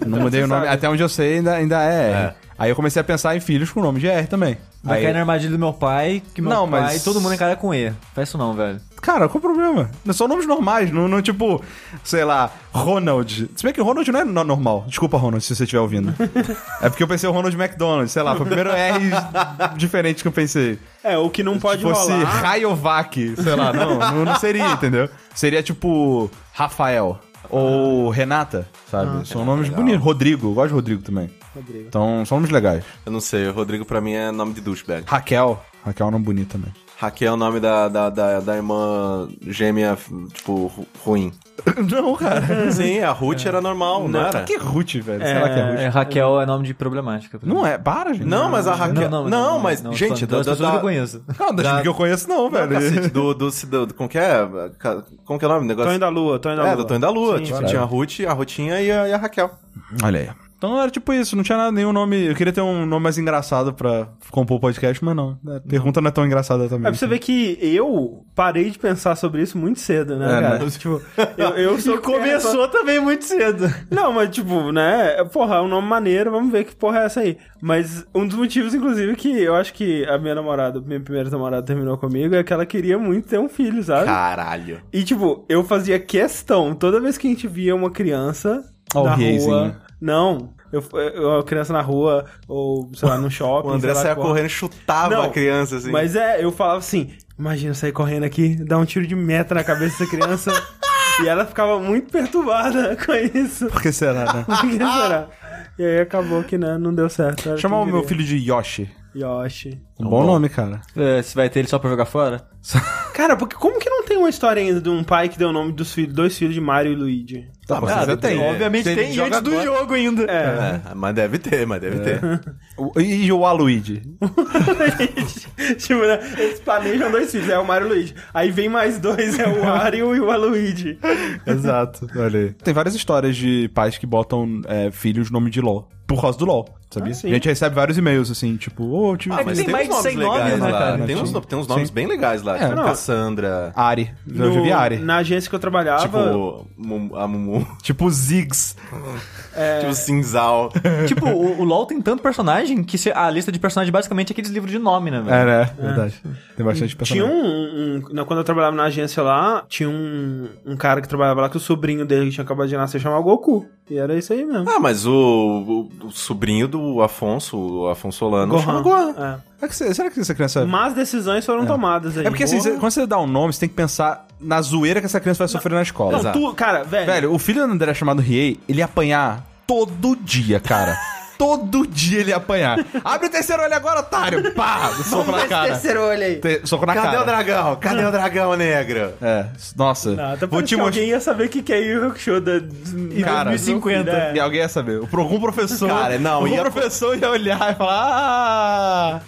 Speaker 3: Eu Não mudei o nome. Até onde eu sei, ainda, ainda é R. Aí eu comecei a pensar em filhos com nome de R também.
Speaker 4: Vai
Speaker 3: Aí-
Speaker 4: cair na armadilha do meu pai, que meu
Speaker 3: Não,
Speaker 4: pai
Speaker 3: mas-
Speaker 4: todo mundo encara com E. Faz isso não, velho.
Speaker 3: Cara, qual o problema? Não São nomes normais, não, não tipo, sei lá, Ronald. Se bem que Ronald não é no- normal. Desculpa, Ronald, se você estiver ouvindo. é porque eu pensei o Ronald McDonald, sei lá, foi o primeiro R diferente que eu pensei.
Speaker 2: É, o que não pode
Speaker 3: Se fosse
Speaker 2: rolar.
Speaker 3: Rayovac, sei lá, não, não, não seria, entendeu? Seria tipo Rafael ou Renata, sabe? são nomes bonitos. Rodrigo, eu gosto de Rodrigo também.
Speaker 2: Rodrigo.
Speaker 3: Então, são nomes legais.
Speaker 1: Eu não sei, o Rodrigo pra mim é nome de douchebag.
Speaker 3: Raquel, Raquel é um nome bonito também.
Speaker 1: Raquel é o nome da, da, da, da irmã gêmea, tipo, ru- ruim.
Speaker 3: não, cara.
Speaker 1: Sim, a Ruth era normal, não, era?
Speaker 3: Que Ruth, velho.
Speaker 2: É,
Speaker 3: Sei lá que é Ruth.
Speaker 4: É, Raquel é nome de problemática. pra mim.
Speaker 3: Não é, para, gente.
Speaker 1: Não, mas a Raquel... Não, mas, gente...
Speaker 4: são duas
Speaker 1: da- da-
Speaker 4: pessoas que eu
Speaker 1: da-
Speaker 4: conheço.
Speaker 3: Não, das
Speaker 1: Da-
Speaker 3: que eu conheço não, velho.
Speaker 1: Cacete, do, do, do, do... Como que é? Ca- Como que é o nome do negócio?
Speaker 2: Tonho da Lua, Tonho da Lua.
Speaker 1: É, do Tonho da Lua.
Speaker 2: Sim,
Speaker 1: tipo,
Speaker 2: sim.
Speaker 1: tinha a Ruth, a Rutinha e a, e a Raquel.
Speaker 3: Olha aí. Então era tipo isso, não tinha nada, nenhum nome. Eu queria ter um nome mais engraçado pra compor o podcast, mas não. A pergunta não é tão engraçada também.
Speaker 2: É pra você ver que eu parei de pensar sobre isso muito cedo, né,
Speaker 3: É,
Speaker 2: cara?
Speaker 3: né?
Speaker 2: Tipo, eu, eu sou
Speaker 1: É,
Speaker 4: Começou também muito cedo.
Speaker 2: Não, mas tipo, né? Porra, é um nome maneiro, vamos ver que porra é essa aí. Mas um dos motivos, inclusive, que eu acho que a minha namorada, minha primeira namorada terminou comigo, é que ela queria muito ter um filho, sabe?
Speaker 1: Caralho.
Speaker 2: E tipo, eu fazia questão, toda vez que a gente via uma criança
Speaker 3: Ó, o
Speaker 2: na
Speaker 3: riezinho.
Speaker 2: rua. Não, eu, eu- uma criança na rua, ou sei lá, no shopping.
Speaker 1: O André
Speaker 2: sei lá
Speaker 1: saia
Speaker 2: qual.
Speaker 1: correndo e chutava
Speaker 2: Não,
Speaker 1: a criança, assim.
Speaker 2: Mas é, eu falava assim: imagina eu sair correndo aqui, dar um tiro de meta na cabeça dessa criança. e ela ficava muito perturbada com isso.
Speaker 3: Por que será, né?
Speaker 2: Por que será? E aí acabou que né, não deu certo. Era
Speaker 3: Chamar o
Speaker 2: quem
Speaker 3: meu
Speaker 2: queria.
Speaker 3: filho de Yoshi.
Speaker 2: Yoshi.
Speaker 3: Um bom, nome, cara.
Speaker 4: É, se vai ter ele só pra jogar fora?
Speaker 2: Cara, porque como que não tem uma história ainda de um pai que deu o nome dos filhos, dois filhos de Mario e Luigi?
Speaker 3: Tá, mas você tem.
Speaker 4: Obviamente
Speaker 3: Se ele
Speaker 4: tem
Speaker 3: joga
Speaker 4: antes do
Speaker 3: agora-
Speaker 4: jogo ainda. É.
Speaker 2: É.
Speaker 1: É, mas deve ter, mas deve ter.
Speaker 3: O- E, e o Aluigi?
Speaker 2: tipo, né, eles planejam dois filhos, é o Mario e o Luigi. Aí vem mais dois, é o Mario e o Luigi.
Speaker 3: Exato. Olha aí. Tem várias histórias de pais que botam é, filhos nome de LOL. Por causa do LOL, sabia?
Speaker 2: Ah, sim.
Speaker 3: a gente recebe vários e-mails assim, tipo, ô, eu tive.
Speaker 1: É
Speaker 4: Ah, mas tem mais de 100 nomes, né,
Speaker 1: lá.
Speaker 4: cara?
Speaker 1: Tem uns,
Speaker 3: Sim.
Speaker 1: tem uns nomes
Speaker 3: Sim.
Speaker 1: bem legais
Speaker 4: É,
Speaker 1: lá. tipo
Speaker 2: não.
Speaker 1: Cassandra.
Speaker 3: Ari. Eu já
Speaker 2: No-
Speaker 3: vi Ari.
Speaker 2: Na agência que eu trabalhava.
Speaker 1: Tipo, Mum- a Mumu.
Speaker 3: Tipo Ziggs.
Speaker 4: É.
Speaker 1: Tipo, Cinzal.
Speaker 4: tipo, o, o LoL tem tanto personagem que se- a lista de personagens basicamente é aqueles livros de nome, né, velho?
Speaker 3: É, né? Verdade. Tem bastante
Speaker 2: Tinha
Speaker 3: personagem.
Speaker 2: um, um- na- Quando eu trabalhava na agência lá, tinha um, um cara que trabalhava lá que o sobrinho dele que tinha acabado de nascer chamava Goku. E era isso aí mesmo.
Speaker 1: Ah, mas o, o- o sobrinho do Afonso, o Afonso Solano, chama Gohan.
Speaker 2: Gohan.
Speaker 3: É que você- Será que essa criança.
Speaker 2: É. Mas decisões foram tomadas aí.
Speaker 3: É porque assim,
Speaker 2: Porra.
Speaker 3: você- quando você dá um nome, você tem que pensar na zoeira que essa criança vai sofrer na escola.
Speaker 2: Não,
Speaker 1: É.
Speaker 2: tu, cara, velho.
Speaker 3: Velho, o filho do André chamado Riei, ele ia apanhar todo dia, cara. Todo dia ele ia apanhar. Abre o terceiro olho agora, otário! Pá! Soco na cara.
Speaker 5: terceiro olho aí.
Speaker 3: Te- Soco na
Speaker 1: Cadê
Speaker 3: cara.
Speaker 1: o dragão? Cadê o dragão negro?
Speaker 3: É, nossa.
Speaker 2: Ah, até
Speaker 3: Vou
Speaker 2: parece
Speaker 3: te
Speaker 2: que
Speaker 3: mostrar.
Speaker 2: alguém ia saber o que que é Yu Yu Hakusho da... em
Speaker 3: Cara, né?
Speaker 2: 2050.
Speaker 3: E alguém ia saber. Por algum professor.
Speaker 1: né? Cara, não,
Speaker 3: Algum
Speaker 1: ia-
Speaker 3: professor ia olhar e falar: Ah,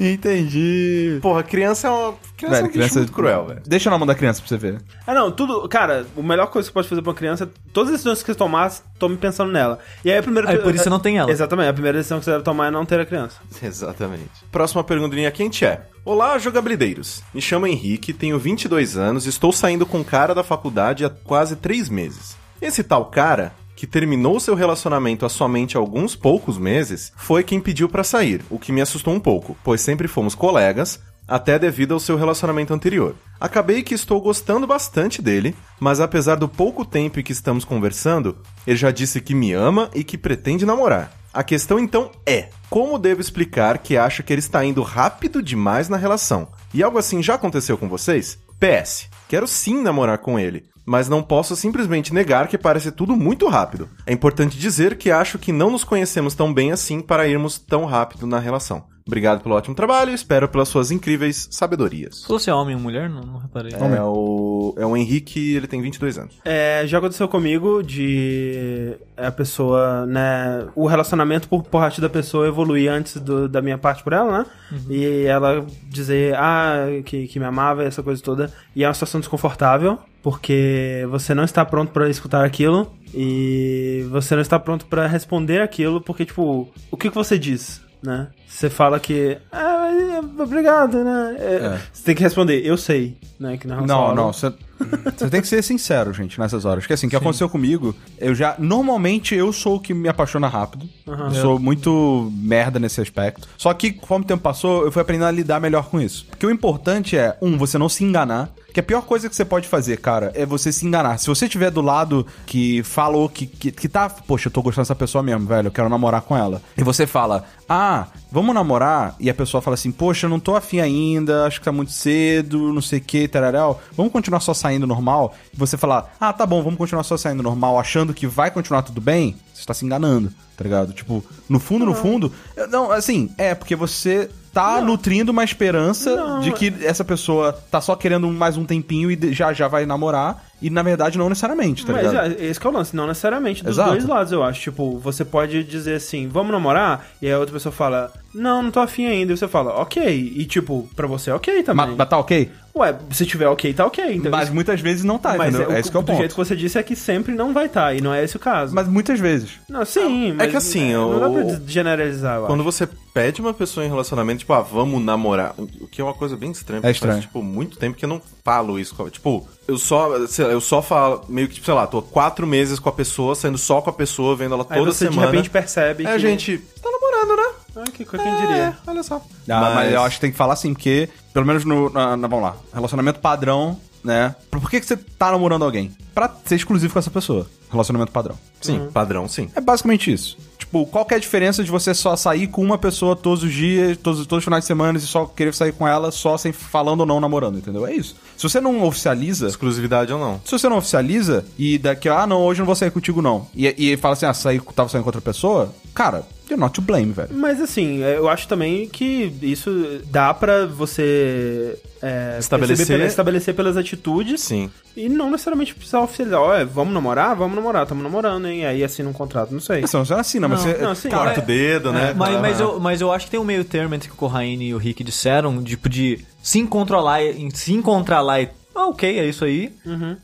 Speaker 3: entendi.
Speaker 1: Porra, criança é uma. Criança é um
Speaker 3: Velho,
Speaker 1: bicho
Speaker 3: criança
Speaker 1: muito cruel, velho.
Speaker 3: Deixa na mão da criança pra você ver.
Speaker 2: Ah, não, tudo. Cara, a melhor coisa que você pode fazer pra uma criança é todas as decisões que você tomar, tome pensando nela. E aí a primeira. é,
Speaker 4: Aí por isso você não tem ela.
Speaker 2: Exatamente, a primeira decisão que você deve tomar é não ter a criança.
Speaker 1: Exatamente. Próxima pergunta de linha quente é: Olá, jogabilideiros. Me chamo Henrique, tenho 22 anos, estou saindo com um cara da faculdade há quase 3 meses. Esse tal cara, que terminou seu relacionamento há somente alguns poucos meses, foi quem pediu pra sair, o que me assustou um pouco, pois sempre fomos colegas, até devido ao seu relacionamento anterior. Acabei que estou gostando bastante dele, mas apesar do pouco tempo em que estamos conversando, ele já disse que me ama e que pretende namorar. A questão então é: como devo explicar que acho que ele está indo rápido demais na relação? E algo assim já aconteceu com vocês? PS. Quero sim namorar com ele, mas não posso simplesmente negar que parece tudo muito rápido. É importante dizer que acho que não nos conhecemos tão bem assim para irmos tão rápido na relação. Obrigado pelo ótimo trabalho, espero pelas suas incríveis sabedorias.
Speaker 4: Falou se é homem ou mulher? Não, não reparei.
Speaker 1: É o, é o Henrique, ele tem 22 anos.
Speaker 2: É, já aconteceu comigo de é, a pessoa, né? O relacionamento por parte da pessoa evoluir antes do- da minha parte por ela, né? E ela dizer, ah, que, que me amava, essa coisa toda. E é uma situação desconfortável, porque você não está pronto pra escutar aquilo e você não está pronto pra responder aquilo, porque, tipo, o que, que você diz? Né? Você fala que. Ah, é, obrigado, né? É, Você tem que responder, eu sei, né? Que não, é uma
Speaker 3: Não,
Speaker 2: sala.
Speaker 3: não, você você tem que ser sincero, gente, nessas horas. Porque assim, o que aconteceu comigo, eu já. Normalmente eu sou o que me apaixona rápido. Eu sou muito merda nesse aspecto. Só que, conforme o tempo passou, eu fui aprendendo a lidar melhor com isso. Porque o importante é, um, você não se enganar. Que a pior coisa que você pode fazer, cara, é você se enganar. Se você estiver do lado que falou que, que, que tá. Poxa, eu tô gostando dessa pessoa mesmo, velho. Eu quero namorar com ela. E você fala, ah, vamos namorar? E a pessoa fala assim, poxa, eu não tô afim ainda, acho que tá muito cedo, não sei o que, tararéu. Vamos continuar só saindo normal? E você falar, ah, tá bom, vamos continuar só saindo normal, achando que vai continuar tudo bem? Você tá se enganando, tá ligado? Tipo, no fundo, no fundo. eu- Não, assim, é porque você tá nutrindo uma esperança
Speaker 2: é
Speaker 3: de que essa pessoa tá só querendo mais um tempinho e de- já já vai namorar. E na verdade, não necessariamente, tá
Speaker 2: Mas
Speaker 3: ligado?
Speaker 2: é, esse que é o lance, não necessariamente dos
Speaker 3: Exato.
Speaker 2: dois lados, eu acho. Tipo, você pode dizer assim, vamos namorar? E aí a outra pessoa fala, não, não tô afim ainda. E você fala, ok. E tipo, pra você é ok
Speaker 3: Ma-
Speaker 2: também.
Speaker 3: Mas, tá ok?
Speaker 2: Ué, se tiver ok, tá ok. Então,
Speaker 3: mas
Speaker 2: isso-
Speaker 3: muitas vezes não tá,
Speaker 2: mas
Speaker 3: entendeu? É, isso que é o
Speaker 2: do
Speaker 3: ponto.
Speaker 2: jeito que você disse é que sempre não vai estar, e não é esse o caso.
Speaker 3: Mas é muitas vezes.
Speaker 2: não, sim, mas é,
Speaker 1: que assim,
Speaker 2: não,
Speaker 1: eu-
Speaker 2: dá pra des- generalizar, eu
Speaker 1: Quando você pede uma pessoa em relacionamento, tipo, ah, vamos namorar, o que é uma coisa bem estranha. porque
Speaker 3: estranho.
Speaker 1: Faz, tipo, muito tempo que eu não falo isso. com a- Tipo, eu só, sei lá, eu só falo, meio que, tipo, sei lá, tô há quatro meses com a pessoa, saindo só com a pessoa, vendo ela
Speaker 2: acho. Aí
Speaker 1: toda
Speaker 2: você
Speaker 1: semana.
Speaker 2: de repente percebe
Speaker 1: é,
Speaker 2: que...
Speaker 1: gente, tá namorando, né?
Speaker 2: Ah, que coisa quem diria.
Speaker 1: É, olha só.
Speaker 3: Ah, mas... eu acho que tem que falar assim, porque, pelo menos no. na- na- vamos lá. Relacionamento padrão, né? Por que, que você tá namorando alguém? Pra ser exclusivo com essa pessoa. Relacionamento padrão.
Speaker 1: Sim, padrão, sim.
Speaker 3: É basicamente isso. Tipo, qual que é a diferença de você só sair com uma pessoa todos os dias, todos, todos os finais de semana e só querer sair com ela só sem falando ou não namorando, entendeu? É isso. Se você não oficializa,
Speaker 1: Exclusividade ou não.
Speaker 3: se você não oficializa e daqui a, ah, não, hoje eu não vou sair contigo não. E, e fala assim, ah, saí, tava saindo com outra pessoa, cara, you're not to blame, velho.
Speaker 2: Mas assim, eu acho também que isso dá pra você é,
Speaker 1: Estabelecer-
Speaker 2: perceber pela- estabelecer pelas atitudes
Speaker 1: Sim.
Speaker 2: E não necessariamente precisa oficializar, olha, vamos namorar? Vamos namorar, estamos namorando, hein? Aí assina um contrato, não sei.
Speaker 3: Você não assina, mas
Speaker 4: Não,
Speaker 3: você.
Speaker 2: não, sim. é,
Speaker 1: Corta o dedo,
Speaker 3: É,
Speaker 1: né?
Speaker 4: Mas, mas,
Speaker 1: Ah.
Speaker 4: eu, mas eu acho que tem um meio termo entre o que o Raine e o Rick disseram, tipo, de se encontrar lá e. Se encontrar lá e. Ah, ok, é isso aí.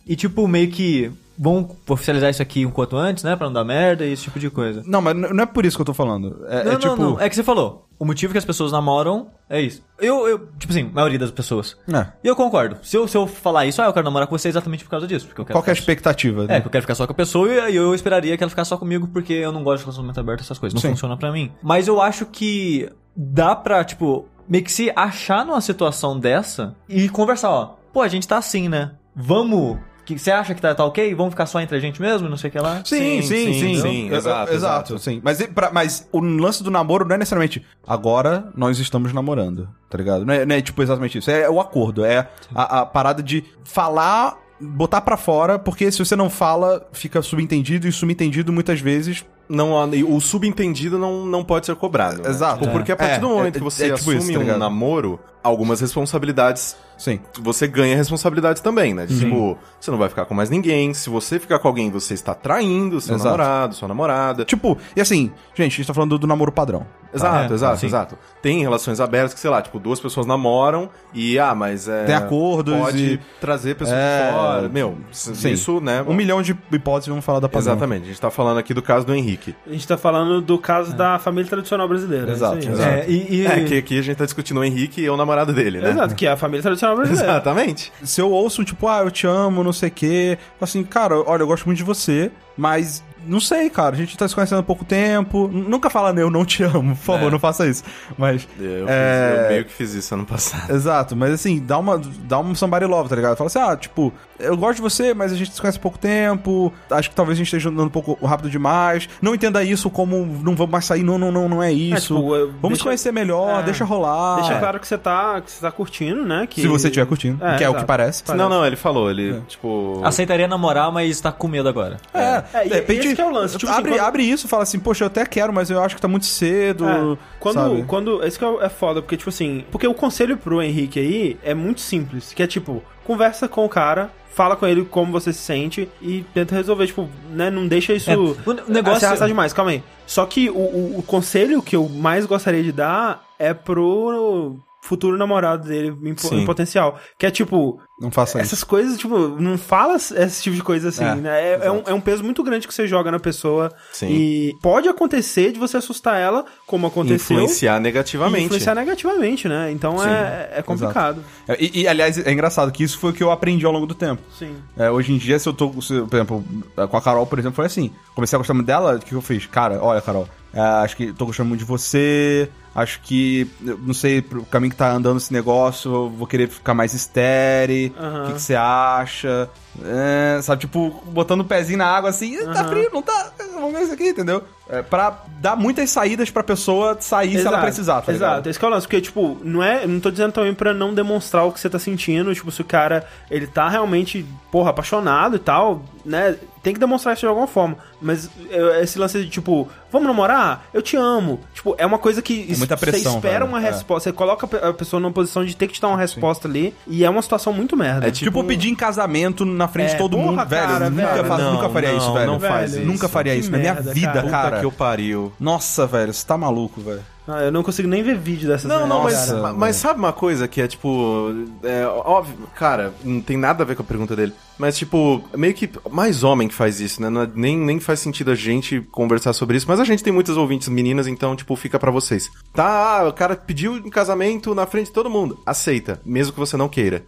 Speaker 4: E tipo, meio que. Vamos oficializar isso aqui um quanto antes, né? Pra não dar merda e esse tipo de coisa.
Speaker 3: Não, mas n- não é por isso que eu tô falando. É,
Speaker 4: não,
Speaker 3: é
Speaker 4: não,
Speaker 3: tipo.
Speaker 4: não. É que você falou. O motivo que as pessoas namoram é isso. Eu, eu tipo assim, maioria das pessoas.
Speaker 3: É.
Speaker 4: E eu concordo. Se eu, se eu falar isso, ah, eu quero namorar com você exatamente por causa disso. Porque eu quero
Speaker 3: Qual que é a
Speaker 4: ficar-
Speaker 3: expectativa? né?
Speaker 4: é, que eu quero ficar só com a pessoa e aí eu esperaria que ela ficasse só comigo porque eu não gosto de relacionamento aberto, essas coisas. Não
Speaker 3: Sim.
Speaker 4: funciona pra mim. Mas eu acho que dá pra, tipo, meio que se achar numa situação dessa e conversar, ó. Pô, a gente tá assim, né? Vamos. que Você acha que tá, tá ok? Vamos ficar só entre a gente mesmo? Não sei o que lá.
Speaker 3: Sim, sim, sim.
Speaker 1: Sim, sim,
Speaker 3: entendeu?
Speaker 1: sim,
Speaker 3: Eu-
Speaker 1: exato,
Speaker 3: Exato, sim. Mas, e pra- mas o lance do namoro não é necessariamente agora nós estamos namorando, tá ligado? Não é, não é, tipo exatamente isso. É o acordo, é a, a parada de falar, botar pra fora, porque se você não fala, fica subentendido e subentendido muitas vezes
Speaker 1: não há- o subentendido não, não pode ser cobrado. né?
Speaker 3: Exato.
Speaker 1: Tipo, porque a partir
Speaker 3: É,
Speaker 1: do momento
Speaker 3: é,
Speaker 1: que você
Speaker 3: é tipo
Speaker 1: assume
Speaker 3: isso, tá
Speaker 1: um
Speaker 3: ligado?
Speaker 1: namoro, algumas responsabilidades
Speaker 3: Sim.
Speaker 1: você ganha responsabilidade também, né? De, Tipo, você não vai ficar com mais ninguém. Se você ficar com alguém, você está traindo seu
Speaker 3: Exato.
Speaker 1: namorado, sua namorada.
Speaker 3: Tipo, e assim, gente, a gente tá falando do, do namoro padrão.
Speaker 1: Exato,
Speaker 4: É,
Speaker 1: exato,
Speaker 4: sim.
Speaker 1: exato. Tem relações abertas que, sei lá, tipo, duas pessoas namoram e, ah, mas é.
Speaker 3: Tem acordos
Speaker 1: Pode
Speaker 3: e-
Speaker 1: trazer pessoas
Speaker 3: É,
Speaker 1: de fora. Meu,
Speaker 3: sim. né?
Speaker 1: isso, né?
Speaker 3: Um milhão de hipóteses, vamos falar da padrão.
Speaker 1: Exatamente, a gente tá falando aqui do caso do Henrique.
Speaker 2: A gente tá falando do caso da família tradicional brasileira.
Speaker 3: É. Exato,
Speaker 2: é isso aí.
Speaker 3: exato.
Speaker 4: É, e, e-
Speaker 1: É, que aqui a gente tá discutindo o Henrique e o namorado dele, né?
Speaker 2: Exato, que é a família tradicional brasileira.
Speaker 1: Exatamente.
Speaker 3: Se eu ouço, tipo, ah, eu te amo, não sei o quê. Assim, cara, olha, eu gosto muito de você, mas não sei, cara. A gente tá se conhecendo há pouco tempo. N- Nunca fala, né, eu não te amo. Por
Speaker 2: É.
Speaker 3: favor, não faça isso. Mas.
Speaker 1: Eu,
Speaker 3: É.
Speaker 1: fiz- eu meio que fiz isso ano passado.
Speaker 3: Exato, mas assim, dá uma, dá um somebody love, tá ligado? Fala assim, ah, tipo, eu gosto de você, mas a gente se conhece há pouco tempo, acho que talvez a gente esteja andando um pouco rápido demais, não entenda isso como não vamos mais sair, não, não, não, não é isso.
Speaker 2: tipo, eu-
Speaker 3: vamos
Speaker 2: deixa-
Speaker 3: se conhecer melhor,
Speaker 2: é.
Speaker 3: deixa rolar.
Speaker 2: Deixa
Speaker 3: É.
Speaker 2: claro que você tá, que você tá curtindo, né? Que...
Speaker 3: Se você estiver curtindo,
Speaker 2: É,
Speaker 3: que é o que
Speaker 2: exato.
Speaker 3: parece.
Speaker 1: Não, não, ele falou, ele, tipo.
Speaker 4: aceitaria namorar, mas tá com medo agora.
Speaker 3: É,
Speaker 2: É, e-
Speaker 3: de repente.
Speaker 2: esse que é o lance, tipo assim,
Speaker 3: abre,
Speaker 2: quando-
Speaker 3: abre isso e fala assim, poxa, eu até quero, mas eu acho que tá muito cedo.
Speaker 2: É, quando,
Speaker 3: sabe?
Speaker 2: quando. Esse que é é foda, porque, tipo assim. Porque o conselho pro Henrique aí é muito simples. Que é tipo, conversa com o cara, fala com ele como você se sente e tenta resolver. Tipo, né? Não deixa isso.
Speaker 4: É, o ne- o negócio-
Speaker 2: se arrastar demais, calma aí. Só que o, o- o conselho que eu mais gostaria de dar é pro futuro namorado dele em, po-
Speaker 1: Sim.
Speaker 2: em potencial. Que é tipo,
Speaker 3: Não faça isso.
Speaker 2: essas coisas, tipo, não fala esse tipo de coisa assim,
Speaker 3: É,
Speaker 2: né? É, é um, é um peso muito grande que você joga na pessoa.
Speaker 1: Sim.
Speaker 2: E pode acontecer de você assustar ela, como aconteceu.
Speaker 1: Influenciar
Speaker 2: e
Speaker 1: negativamente.
Speaker 2: influenciar negativamente, né? Então é, é complicado.
Speaker 3: E, e, aliás, é engraçado que isso foi o que eu aprendi ao longo do tempo.
Speaker 2: Sim.
Speaker 3: É, hoje em dia, se eu tô, se, por exemplo, com a Carol, por exemplo, foi assim. Comecei a gostar muito dela, o que eu fiz? Cara, olha, Carol, é, acho que tô gostando muito de você, acho que, eu não sei, pro caminho que tá andando esse negócio, eu vou querer ficar mais estéreo, o
Speaker 2: Aham.
Speaker 3: que, que você acha? É, sabe, tipo, botando o pezinho na água assim, "Ih, tá
Speaker 2: Aham.
Speaker 3: frio, não tá, vamos ver isso aqui, entendeu? É, pra dar muitas saídas pra pessoa sair se ela precisar, tá ligado?
Speaker 2: Exato, esse que é o lance, porque, tipo, não é, não tô dizendo também pra não demonstrar o que você tá sentindo, tipo, se o cara, ele tá realmente, porra, apaixonado e tal, né, tem que demonstrar isso de alguma forma, mas é, esse lance de, tipo, vamos namorar? Eu te amo, tipo, é uma coisa que es-
Speaker 3: muita pressão,
Speaker 2: você espera
Speaker 3: velho,
Speaker 2: uma
Speaker 3: é.
Speaker 2: resposta, você coloca a pe- a pessoa numa posição de ter que te dar uma resposta ali, e é uma situação muito merda.
Speaker 1: É
Speaker 3: Tipo,
Speaker 1: tipo,
Speaker 3: pedir em casamento na frente de
Speaker 2: É,
Speaker 3: todo
Speaker 2: porra,
Speaker 3: mundo, velho.
Speaker 2: cara,
Speaker 3: eu nunca,
Speaker 2: velho.
Speaker 3: fa-
Speaker 1: Não,
Speaker 3: nunca faria
Speaker 1: não,
Speaker 3: isso, velho.
Speaker 1: não faz
Speaker 3: Velho,
Speaker 1: isso.
Speaker 3: Nunca faria
Speaker 2: Que
Speaker 3: isso na minha
Speaker 2: merda,
Speaker 3: vida,
Speaker 2: cara.
Speaker 3: cara.
Speaker 1: puta que eu pariu.
Speaker 3: Nossa, velho, você tá maluco, velho.
Speaker 2: Ah, eu não consigo nem ver vídeo dessas
Speaker 1: Não, não, mas,
Speaker 2: merdas,
Speaker 3: Nossa,
Speaker 2: cara.
Speaker 1: ma-
Speaker 3: mano.
Speaker 1: mas sabe uma coisa que é tipo. É óbvio, cara, não tem nada a ver com a pergunta dele. Mas, tipo, meio que mais homem que faz isso, né? Não é- nem, nem faz sentido a gente conversar sobre isso. Mas a gente tem muitas ouvintes meninas, então, tipo, fica pra vocês. Tá, ah, o cara pediu em casamento na frente de todo mundo. Aceita, mesmo que você não queira.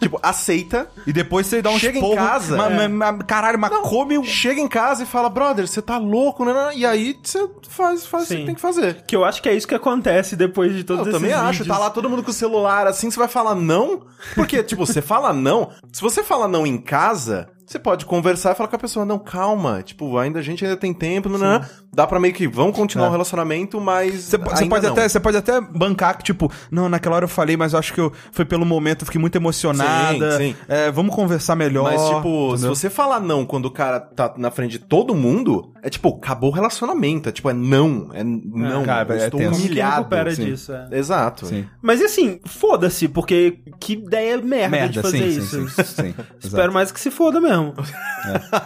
Speaker 1: tipo, aceita.
Speaker 3: E depois você dá um
Speaker 1: Chega em
Speaker 3: esporro,
Speaker 1: casa,
Speaker 3: ma-
Speaker 1: é.
Speaker 3: ma- ma- caralho, mas come um o...
Speaker 1: Chega em casa e fala, brother, você tá louco, né? E aí você faz, faz o que
Speaker 2: Sim.
Speaker 1: tem que fazer.
Speaker 2: Que eu acho que é isso que acontece depois de todos
Speaker 1: Eu
Speaker 2: esses
Speaker 1: também acho,
Speaker 2: vídeos.
Speaker 1: tá lá todo mundo com o celular assim, você vai falar não? Porque, tipo, você fala não. Se você fala não em casa, você pode conversar e falar com a pessoa, não, calma, tipo, ainda a gente ainda tem tempo, não, não, não. dá pra meio que vamos continuar o relacionamento, mas.
Speaker 3: É. Você, po- você
Speaker 1: ainda
Speaker 3: pode
Speaker 1: não.
Speaker 3: até, você pode até bancar que, tipo, não, naquela hora eu falei, mas eu acho que eu, foi pelo momento, eu fiquei muito emocionada.
Speaker 1: Sim, sim.
Speaker 3: É, vamos conversar melhor.
Speaker 1: Mas, tipo, se
Speaker 3: entendeu?
Speaker 1: você falar não quando o cara tá na frente de todo mundo, é tipo, acabou o relacionamento. É tipo, é não, é não,
Speaker 3: cara,
Speaker 1: eu
Speaker 3: é
Speaker 1: estou
Speaker 3: tenso.
Speaker 2: Como que
Speaker 1: humilhado.
Speaker 2: recupera
Speaker 1: Sim.
Speaker 2: disso, é.
Speaker 1: Exato.
Speaker 3: Sim. tá
Speaker 2: Mas e assim, foda-se, porque que ideia merda, de
Speaker 3: Merda,
Speaker 2: fazer
Speaker 3: sim, sim,
Speaker 2: isso.
Speaker 3: sim, sim, sim.
Speaker 2: Espero mais que se foda mesmo.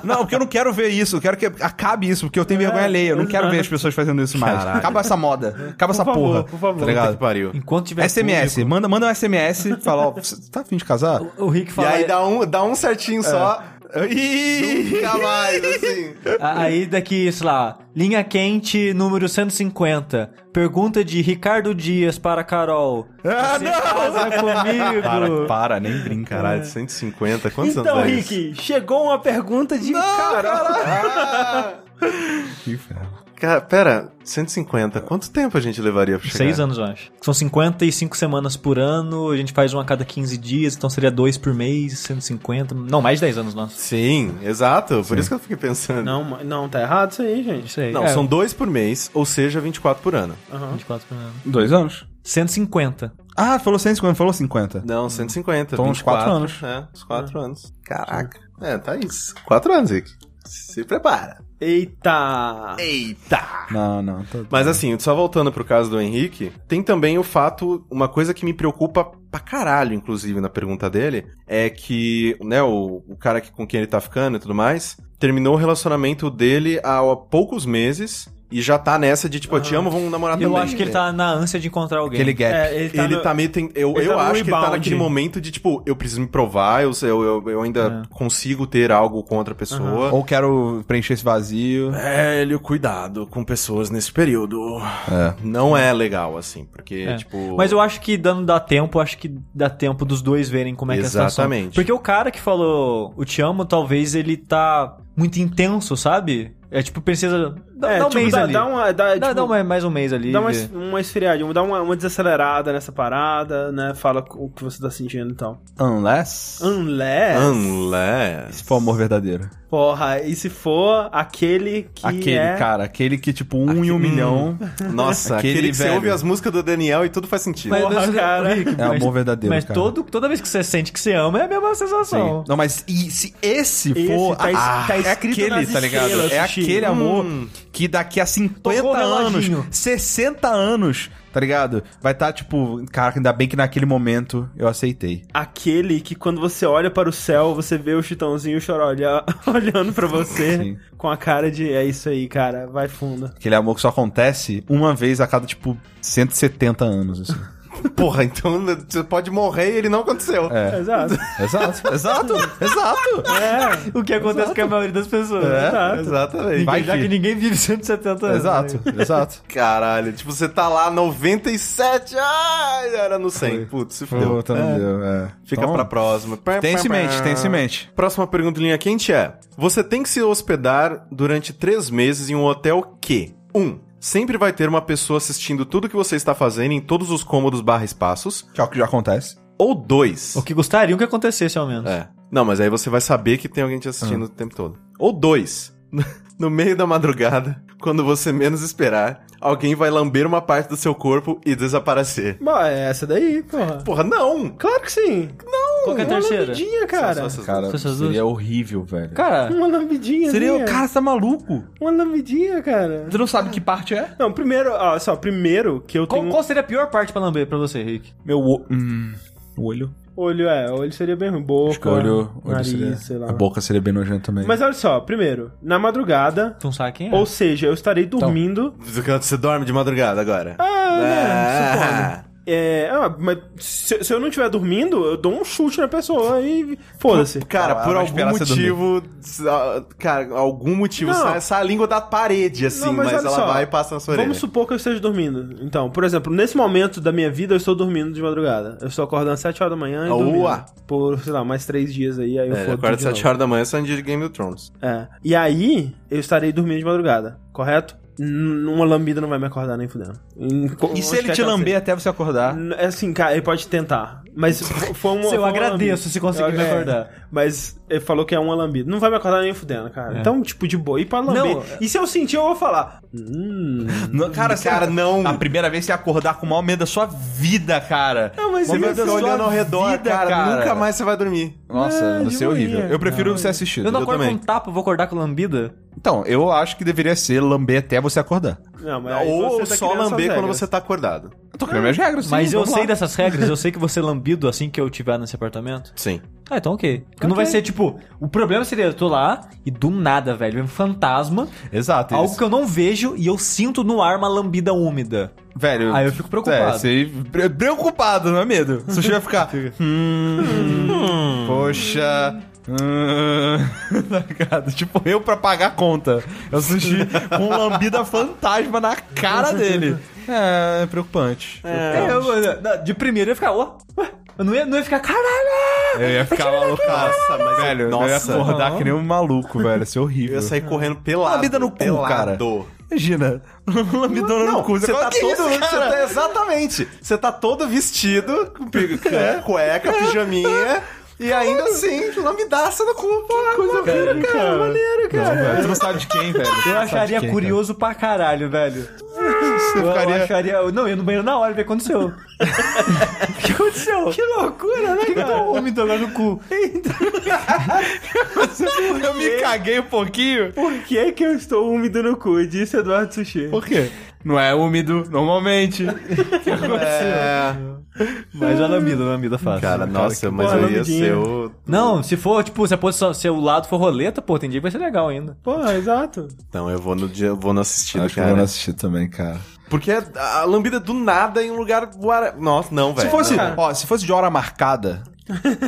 Speaker 3: Não, porque eu não quero ver isso. Eu quero que acabe isso, porque eu tenho vergonha alheia. Eu não quero ver as pessoas fazendo isso mais.
Speaker 1: Caralho.
Speaker 3: Acaba essa moda. Acaba essa
Speaker 2: favor,
Speaker 3: porra.
Speaker 2: por favor.
Speaker 3: Tá
Speaker 1: Puta
Speaker 3: ligado?
Speaker 1: que pariu.
Speaker 4: Enquanto tiver
Speaker 3: SMS,
Speaker 4: público-
Speaker 3: manda, manda um SMS e fala, ó, você tá afim de casar?
Speaker 4: O Rick
Speaker 1: E
Speaker 4: fala.
Speaker 1: aí dá um, dá um certinho só. Ih, Nunca mais, assim.
Speaker 4: A- Aí daqui, sei lá, linha quente número 150. Pergunta de Ricardo Dias para Carol.
Speaker 3: Ah,
Speaker 4: Você casa comigo?
Speaker 3: Para, para, nem brinca,
Speaker 1: Caralho, 150? Quantos
Speaker 2: Então,
Speaker 1: anos é isso?
Speaker 2: Rick, chegou uma pergunta de cara.
Speaker 3: Que ferro.
Speaker 1: Cara, pera, 150. Quanto tempo a gente levaria pra chegar?
Speaker 4: Seis anos, eu acho. São 55 semanas por ano, a gente faz uma a cada 15 dias, então seria dois por mês, 150. Não, mais de 10 anos, nossa.
Speaker 1: Sim, exato. Por isso que eu fiquei pensando.
Speaker 2: Não, ma- não, tá errado isso aí,
Speaker 4: Não
Speaker 2: gente.
Speaker 4: sei.
Speaker 1: Não,
Speaker 4: É,
Speaker 1: são dois por mês, ou seja, 24 por ano.
Speaker 2: Aham.
Speaker 4: 24 por ano.
Speaker 3: Dois anos?
Speaker 4: 150.
Speaker 3: Ah, falou 150, falou 50.
Speaker 1: Não, 150.
Speaker 3: Então, uns quatro
Speaker 1: 24, É, uns 4 anos. Caraca. É, tá isso. 4 anos, Rick. Se prepara.
Speaker 2: Eita!
Speaker 1: Eita!
Speaker 3: Não, não. Tô...
Speaker 1: Mas assim, só voltando pro caso do Henrique, tem também o fato, uma coisa que me preocupa pra caralho, inclusive, na pergunta dele, é que, né, o, o cara que, com quem ele tá ficando e tudo mais, terminou o relacionamento dele há, poucos meses e já tá nessa de tipo, eu te amo, vamos namorar
Speaker 4: Eu
Speaker 1: também.
Speaker 4: acho que ele tá na ânsia de encontrar alguém.
Speaker 3: Ah, Aquele gap.
Speaker 2: É, ele tá,
Speaker 1: ele
Speaker 2: no-
Speaker 1: tá meio. ten- eu
Speaker 2: ele
Speaker 1: eu
Speaker 2: tá no
Speaker 1: acho que ele tá
Speaker 2: rebound.
Speaker 1: naquele momento de, tipo, eu preciso me provar, eu, eu, eu, eu ainda consigo ter algo com outra pessoa.
Speaker 3: Ou quero preencher esse vazio.
Speaker 1: É, Hélio, cuidado com pessoas nesse período.
Speaker 3: É.
Speaker 1: Não é legal, assim, porque,
Speaker 4: É.
Speaker 1: tipo.
Speaker 4: Mas eu acho que dando dá tempo, acho que dá tempo dos dois verem como é que é a situação.
Speaker 1: Exatamente.
Speaker 4: Porque o cara que falou o te amo, talvez ele tá muito intenso, sabe? É tipo, precisa. Dá,
Speaker 2: É,
Speaker 4: dá um
Speaker 2: tipo,
Speaker 4: mês
Speaker 2: dá,
Speaker 4: ali.
Speaker 2: dá uma. Dá,
Speaker 4: Dá-
Speaker 2: tipo,
Speaker 4: dá uma- mais um mês ali.
Speaker 2: dá uma,
Speaker 4: vê.
Speaker 2: uma esfriadinha, dá uma, uma desacelerada nessa parada, né? Fala o que você tá sentindo e tal.
Speaker 3: Unless.
Speaker 2: Unless.
Speaker 1: Unless.
Speaker 3: Se for amor verdadeiro.
Speaker 2: Porra, e se for aquele que.
Speaker 3: aquele,
Speaker 2: é...
Speaker 3: cara. Aquele que, tipo, um em um
Speaker 1: Hum.
Speaker 3: milhão.
Speaker 1: Nossa, aquele,
Speaker 3: Aquele
Speaker 1: que você
Speaker 3: velho.
Speaker 1: ouve as músicas do Daniel e tudo faz sentido.
Speaker 4: Mas-
Speaker 2: Porra,
Speaker 4: mas-
Speaker 2: cara.
Speaker 4: Rick,
Speaker 3: É amor verdadeiro,
Speaker 4: Mas
Speaker 3: cara.
Speaker 4: todo, toda vez que você sente que você ama, é a mesma sensação.
Speaker 3: Sim. Não, mas e se esse,
Speaker 2: Esse
Speaker 3: for.
Speaker 2: tá es-
Speaker 3: ah,
Speaker 2: tá
Speaker 3: é
Speaker 2: escrito
Speaker 3: aquele,
Speaker 2: nas
Speaker 3: tá ligado?
Speaker 2: estrelas,
Speaker 3: É
Speaker 2: Sushi.
Speaker 3: aquele amor
Speaker 1: Hum.
Speaker 3: que daqui a 50
Speaker 4: Tocou o
Speaker 3: anos,
Speaker 4: reloginho.
Speaker 3: 60 anos, tá ligado? Vai estar, tá, tipo, cara, ainda bem que naquele momento eu aceitei.
Speaker 2: Aquele que quando você olha para o céu, você vê o Chitãozinho chorolha olhando pra você
Speaker 3: Sim.
Speaker 2: com a cara de é isso aí, cara, vai fundo.
Speaker 3: Aquele amor que só acontece uma vez a cada, tipo, 170 anos, assim.
Speaker 1: Porra, então né, você pode morrer e ele não aconteceu.
Speaker 3: É.
Speaker 2: Exato.
Speaker 3: exato, exato, exato.
Speaker 2: É,
Speaker 4: O que acontece com a maioria das pessoas.
Speaker 3: É,
Speaker 2: exato.
Speaker 1: Exatamente.
Speaker 3: Vai
Speaker 4: Já que
Speaker 3: que-
Speaker 4: ninguém vive 170 anos.
Speaker 3: Exato, exato.
Speaker 1: Caralho, tipo, você tá lá 97, ai, era no 100. Putz, se fudeu.
Speaker 3: Puta, não deu, é.
Speaker 1: Fica
Speaker 3: Então,
Speaker 1: pra próxima.
Speaker 3: Tem isso em mente, tem isso em mente.
Speaker 1: Próxima pergunta em linha quente é: Você tem que se hospedar durante três meses em um hotel que 1. Um, sempre vai ter uma pessoa assistindo tudo que você está fazendo em todos os cômodos barra espaços.
Speaker 3: Que é o que já acontece.
Speaker 1: Ou 2.
Speaker 4: O que gostariam que acontecesse, ao menos.
Speaker 1: É. Não, mas aí você vai saber que tem alguém te assistindo o tempo todo. Ou dois. No meio da madrugada, quando você menos esperar, alguém vai lamber uma parte do seu corpo e desaparecer.
Speaker 2: Bom, é essa daí, porra.
Speaker 1: Porra, não!
Speaker 2: Claro que sim.
Speaker 4: Qual que é a
Speaker 2: uma
Speaker 4: terceira?
Speaker 2: lambidinha, cara.
Speaker 1: Só essas-
Speaker 3: Cara,
Speaker 4: São essas
Speaker 3: seria horrível, velho.
Speaker 4: Cara,
Speaker 2: Uma lambidinha. assim, é.
Speaker 3: seria... Cara, você tá maluco?
Speaker 2: Uma lambidinha, cara.
Speaker 3: Você não sabe que parte é?
Speaker 2: Não, primeiro, ó, só, primeiro que eu
Speaker 4: qual,
Speaker 2: tenho.
Speaker 4: qual seria a pior parte pra lamber pra você, Rick?
Speaker 3: Meu o... hum, o olho.
Speaker 2: Olho, é, olho seria bem ruim.
Speaker 3: Acho
Speaker 2: Boca,
Speaker 3: que o olho, olho
Speaker 2: nariz,
Speaker 3: seria...
Speaker 2: sei lá.
Speaker 3: A boca seria bem nojento também.
Speaker 2: Mas olha só, primeiro, na madrugada,
Speaker 4: Tu não sabe quem é?
Speaker 2: ou seja, eu estarei dormindo.
Speaker 1: Você dorme de madrugada agora?
Speaker 2: Ah, né,
Speaker 1: Ah.
Speaker 2: É, ah, mas se, se eu não estiver dormindo, eu dou um chute na pessoa e foda-se.
Speaker 1: Cara,
Speaker 3: Ah,
Speaker 1: por
Speaker 3: vai
Speaker 1: algum
Speaker 3: esperar você
Speaker 1: motivo. sa- Cara, algum motivo.
Speaker 2: Não.
Speaker 1: Sai, sai a língua da parede, assim,
Speaker 2: Não,
Speaker 1: mas,
Speaker 2: mas olha
Speaker 1: ela
Speaker 2: só.
Speaker 1: vai e passa na sua orelha.
Speaker 2: Vamos supor que eu esteja dormindo. Então, por exemplo, nesse momento da minha vida, eu estou dormindo de madrugada. Eu estou acordando às 7 horas da manhã e
Speaker 1: Ua!
Speaker 2: dormindo. Por, sei lá, mais 3 dias aí, aí eu
Speaker 1: É,
Speaker 2: fodo
Speaker 1: acorda
Speaker 2: de
Speaker 1: 7
Speaker 2: novo.
Speaker 1: horas da manhã, sai dia de Game of Thrones.
Speaker 2: É. E aí, eu estarei dormindo de madrugada, correto? N- Uma lambida não vai me acordar nem fudendo. Em co-
Speaker 3: E se
Speaker 2: onde
Speaker 3: ele
Speaker 2: quer
Speaker 3: te
Speaker 2: que ela
Speaker 3: lamber até Hum, você acordar?
Speaker 2: N- É assim, cara, ele pode tentar. Mas fo- foi uma.
Speaker 4: Eu
Speaker 2: foi uma
Speaker 4: agradeço
Speaker 2: lambida.
Speaker 4: se conseguir
Speaker 2: Eu-
Speaker 4: me
Speaker 2: é,
Speaker 4: acordar. É.
Speaker 2: mas ele falou que é uma lambida. Não vai me acordar nem fudendo, cara. Então, tipo, de boa. E pra lamber.
Speaker 4: Não, é-
Speaker 2: E se eu sentir, eu vou falar. Hum.
Speaker 3: Não, cara, você-
Speaker 1: Cara, não.
Speaker 3: A primeira vez você ia acordar com o maior medo da sua vida, cara.
Speaker 2: Não, mas
Speaker 1: Você
Speaker 2: eu-
Speaker 1: vai
Speaker 3: da
Speaker 1: ficar
Speaker 3: sua
Speaker 1: olhando ao redor,
Speaker 3: vida,
Speaker 1: cara,
Speaker 3: cara.
Speaker 1: Nunca mais você vai dormir.
Speaker 3: Nossa,
Speaker 2: Ah,
Speaker 3: vai
Speaker 2: de
Speaker 3: ser
Speaker 2: boa
Speaker 3: horrível.
Speaker 2: ideia.
Speaker 3: Eu prefiro ser assistido.
Speaker 4: eu não
Speaker 1: eu
Speaker 4: acordo
Speaker 1: também.
Speaker 4: com um tapa, eu vou acordar com lambida?
Speaker 3: Então, eu acho que deveria ser lamber até você acordar.
Speaker 2: Não, mas aí
Speaker 1: Ou
Speaker 2: você tá
Speaker 1: só
Speaker 2: criando essas
Speaker 1: lamber quando
Speaker 2: regras.
Speaker 1: você tá acordado.
Speaker 3: Eu tô criando minhas regras, sim,
Speaker 4: Mas eu
Speaker 3: vamos
Speaker 4: sei
Speaker 3: lá.
Speaker 4: dessas regras, eu sei que vou ser lambido assim que eu tiver nesse apartamento.
Speaker 1: Sim.
Speaker 4: Ah, então ok. Porque não vai ser tipo. O problema seria eu tô lá e do nada, velho, vem um fantasma,
Speaker 3: Exato.
Speaker 4: algo
Speaker 3: isso.
Speaker 4: que eu não vejo e eu sinto no ar uma lambida úmida.
Speaker 3: Velho.
Speaker 4: Aí eu fico preocupado.
Speaker 3: É, você... pre- preocupado, não é medo. O sushi vai ficar. hum, poxa. hum, tá ligado? tipo, eu pra pagar a conta. Eu sushi com lambida fantasma na cara dele. É, é preocupante.
Speaker 4: É, eu- eu- de primeiro eu ia ficar, ó. ué, Eu não ia, não ia ficar, caralho! ah!"
Speaker 3: Eu ia ficar maluco.
Speaker 1: Nossa, mas
Speaker 3: Velho,
Speaker 1: nossa.
Speaker 3: eu ia acordar que nem um maluco, velho. Isso é
Speaker 1: Eu
Speaker 3: horrível.
Speaker 1: ia sair correndo pelado.
Speaker 3: Lambida no cu, cara.
Speaker 1: pelado.
Speaker 3: Imagina, lambidona
Speaker 1: Não,
Speaker 3: no cu.
Speaker 1: você tá
Speaker 3: fala, "Que
Speaker 1: todo.
Speaker 3: isso,
Speaker 1: você
Speaker 3: cara?"
Speaker 1: tá- exatamente. Você tá todo vestido, com pe- cueca, pijaminha. E ainda assim, lambidaça no cu. Que coisa
Speaker 2: Cara, cara,
Speaker 3: Não, velho, tu não sabe de quem, velho. Tu não
Speaker 4: Eu
Speaker 3: sabe de
Speaker 4: acharia
Speaker 3: quem,
Speaker 4: curioso pra caralho, velho.
Speaker 3: cara. Você
Speaker 4: Eu, eu
Speaker 3: ficaria.
Speaker 4: acharia. eu- Não, eu ia no banheiro na hora e ver o que aconteceu. O que
Speaker 2: tá-
Speaker 4: aconteceu? Que loucura, né, cara? Eu tô úmido agora no cu.
Speaker 3: Eu me caguei um pouquinho.
Speaker 2: Por que que eu estou úmido no cu? Disse Eduardo Sushi.
Speaker 3: Por quê? Não é úmido, normalmente.
Speaker 1: É...
Speaker 4: Mas a lambida, a lambida fácil.
Speaker 1: Cara, nossa, mas
Speaker 2: boa,
Speaker 1: eu ia
Speaker 2: lambidinha.
Speaker 1: ser o...
Speaker 4: Não, se for, tipo, se a posição, se o lado for roleta, pô, tem dia que vai ser legal ainda.
Speaker 2: Pô, exato.
Speaker 1: Não, Então, eu vou no, dia- eu vou no assistido,
Speaker 3: Acho que eu
Speaker 1: cara.
Speaker 3: vou assistir também, cara.
Speaker 1: Porque a a lambida do nada em um lugar... guara- Nossa, não, velho.
Speaker 3: Se fosse,
Speaker 1: não.
Speaker 3: assim, ó, se fosse de hora marcada,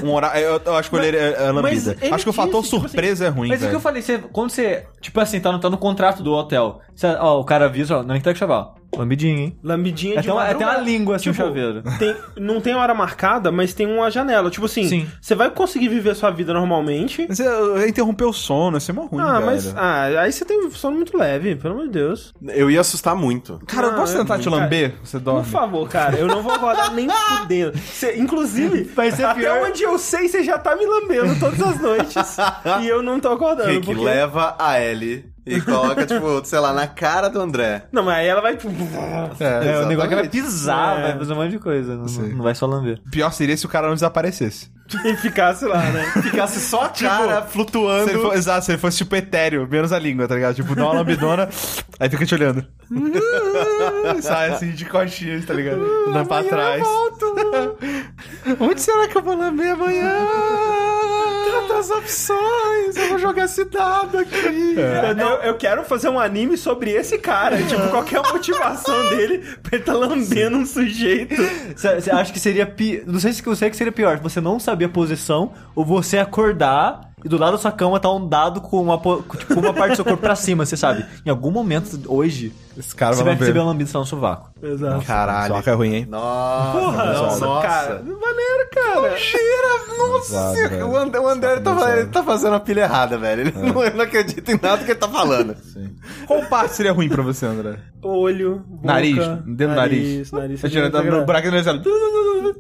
Speaker 3: um horário, eu, eu acho que eu olharia a lambida.
Speaker 2: mas ele
Speaker 3: Acho que o fator
Speaker 2: disse, tipo
Speaker 3: surpresa é ruim,
Speaker 4: Mas é o que
Speaker 3: velho.
Speaker 4: eu falei, você- quando você, tipo assim, tá no, tá no contrato do hotel, você- ó, o cara avisa, ó, não é que tá que chaval. Lambidinho, hein?
Speaker 2: Lambidinha
Speaker 4: É
Speaker 2: de
Speaker 4: até uma- é até uma
Speaker 2: madrugada.
Speaker 4: língua, assim,
Speaker 2: tipo,
Speaker 4: um chaveiro.
Speaker 2: tem- Não tem hora marcada, mas tem uma janela. Tipo assim,
Speaker 4: Sim.
Speaker 2: você vai conseguir viver a sua vida normalmente.
Speaker 3: Mas eu, eu interromper o sono, isso é mó ruim,
Speaker 2: Ah,
Speaker 3: velho.
Speaker 2: mas. Ah, aí você tem um sono muito leve, pelo amor de Deus.
Speaker 1: Eu ia assustar muito.
Speaker 3: Cara, eu
Speaker 2: Ah,
Speaker 3: posso
Speaker 2: é
Speaker 3: tentar te
Speaker 2: ruim, cara.
Speaker 3: lamber? Você
Speaker 2: Por
Speaker 3: dorme?
Speaker 2: favor, cara, eu não vou acordar nem fudendo. Você- inclusive, até onde eu sei, você já tá me lambendo todas as noites. e eu não tô acordando.
Speaker 1: Rick,
Speaker 2: porque-
Speaker 1: leva a Ellie e coloca, tipo, sei lá, na cara do André.
Speaker 2: Não, mas aí ela vai. tipo,
Speaker 3: É,
Speaker 4: É, o negócio que vai
Speaker 1: Exatamente.
Speaker 4: pisar,
Speaker 2: É.
Speaker 4: vai fazer um monte de coisa, não, não vai só lamber.
Speaker 3: Pior seria se o cara não desaparecesse.
Speaker 2: E ficasse lá, né?
Speaker 1: Ficasse só a cara
Speaker 3: Se ele
Speaker 1: flutuando.
Speaker 3: for- exato, se ele fosse tipo etéreo, menos a língua, tá ligado? Tipo, dá uma lambidona, aí fica te olhando. Sai assim de costinhas, tá ligado? Dá pra trás. Onde será que eu vou lamber amanhã? Tantas opções, eu vou jogar esse dado aqui.
Speaker 2: Eu, não- eu quero fazer um anime sobre esse cara. Tipo, qual que é a motivação dele pra ele tá lambendo um sujeito?
Speaker 4: Você acha que seria pi... Não sei se eu sei que seria pior, você não saber a posição, ou você acordar e do lado da sua cama tá um dado com uma, po- com, tipo, uma parte do seu corpo pra cima, você sabe. Em algum momento, hoje,
Speaker 3: Esse cara vai
Speaker 4: você vai
Speaker 3: lamber.
Speaker 4: receber uma lambida só no sovaco.
Speaker 2: Exato.
Speaker 1: Caralho.
Speaker 3: Soca é ruim, hein?
Speaker 1: Nossa,
Speaker 2: Porra,
Speaker 1: nossa,
Speaker 2: nossa, cara. Maneiro, cara.
Speaker 1: Cheira, nossa.
Speaker 3: Pesado, velho.
Speaker 1: o André, o André
Speaker 2: é
Speaker 1: ele tá,
Speaker 3: Pesado.
Speaker 1: falando- ele tá fazendo a pilha errada, velho. Ele não, ele não acredita em nada que ele tá falando.
Speaker 3: Qual parte seria ruim pra você, André?
Speaker 2: Olho, boca,
Speaker 3: nariz, dentro do nariz. Tá
Speaker 2: Nariz, nariz.
Speaker 3: Eu tinha no
Speaker 2: desagradável.
Speaker 3: buraco do nariz. ela-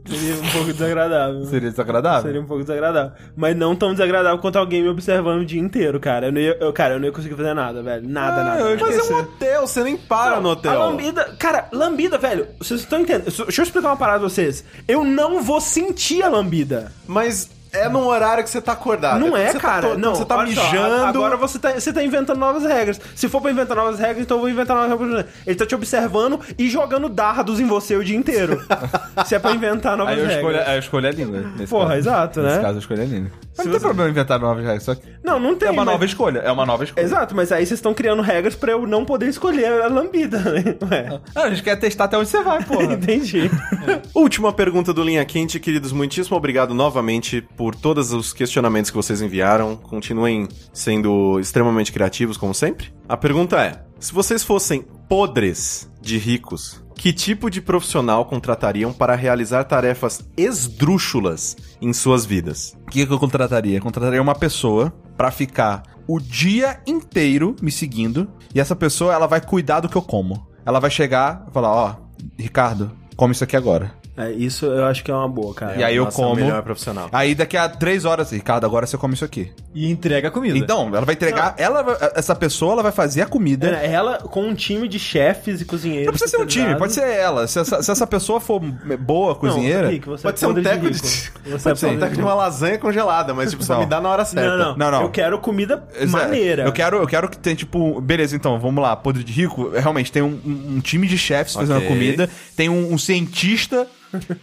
Speaker 2: Seria um pouco desagradável.
Speaker 3: Seria desagradável?
Speaker 2: Seria um pouco desagradável. Mas não tão desagradável quanto alguém me observando o dia inteiro, cara. Eu não ia, eu- cara, eu não ia conseguir fazer nada, velho. Nada, nada. nada.
Speaker 1: Mas é um hotel, você nem para no
Speaker 2: A
Speaker 1: hotel.
Speaker 2: lambida, cara, lambida, velho. Vocês estão entendendo? Su- Deixa eu explicar uma parada pra vocês. Eu não vou sentir a lambida.
Speaker 1: Mas é num horário que você tá acordado.
Speaker 2: não é,
Speaker 1: Você tá
Speaker 2: cara.
Speaker 1: to-
Speaker 2: não,
Speaker 1: Você tá
Speaker 2: olha só, a-
Speaker 1: mijando.
Speaker 2: agora você tá, você tá inventando novas regras. Se for pra inventar novas regras, então eu vou inventar novas regras. Ele tá te observando e jogando dardos em você o dia inteiro. Se é pra inventar novas
Speaker 3: Aí eu,
Speaker 2: regras.
Speaker 3: escolho, aí eu escolho a língua. nesse
Speaker 2: Porra,
Speaker 3: caso.
Speaker 2: exato, né?
Speaker 3: Nesse caso eu escolho a língua. Mas não tem problema inventar novas regras, só que
Speaker 2: Não, não tem.
Speaker 3: é uma
Speaker 2: mas-
Speaker 3: nova escolha. É uma nova escolha.
Speaker 2: Exato, mas aí vocês estão criando regras pra eu não poder escolher a lambida, né? Ué.
Speaker 3: Ah, a gente quer testar até onde você vai, porra.
Speaker 2: Entendi.
Speaker 1: Última pergunta do Linha Quente, queridos. Muitíssimo obrigado novamente por todos os questionamentos que vocês enviaram. Continuem sendo extremamente criativos, como sempre. A pergunta é: se vocês fossem podres de ricos, que tipo de profissional contratariam para realizar tarefas esdrúxulas em suas vidas?
Speaker 3: O que, que eu contrataria? Contrataria uma pessoa pra ficar o dia inteiro me seguindo. E essa pessoa, ela vai cuidar do que eu como. Ela vai chegar e falar, ó, Ricardo, come isso aqui agora.
Speaker 2: É, isso eu acho que é uma boa, cara.
Speaker 3: E aí eu
Speaker 1: Nossa, é o
Speaker 3: como. Ah,
Speaker 1: melhor profissional.
Speaker 3: Aí daqui a três horas, Ricardo, agora você come isso aqui.
Speaker 4: E entrega a comida.
Speaker 3: Então, ela vai entregar. Ela, vai- essa pessoa, ela vai fazer a comida.
Speaker 2: É, Ela com um time de chefes e cozinheiros. tá
Speaker 3: Não precisa ser um time, pode ser ela. Se essa, se essa pessoa for boa cozinheira.
Speaker 2: é
Speaker 1: Pode ser um teco de.
Speaker 3: é
Speaker 1: Pode ser um teco de uma lasanha congelada, mas tipo, só
Speaker 3: Não.
Speaker 1: me dá na hora
Speaker 2: Não,
Speaker 1: certa.
Speaker 2: não,
Speaker 3: Não, não.
Speaker 2: Eu quero comida
Speaker 3: Exa-
Speaker 2: maneira.
Speaker 3: Eu quero, eu quero que tenha, tipo, beleza, então, vamos lá, podre de rico, realmente tem um, um- um time de chefes fazendo
Speaker 1: Ok.
Speaker 3: a comida, tem um, um cientista,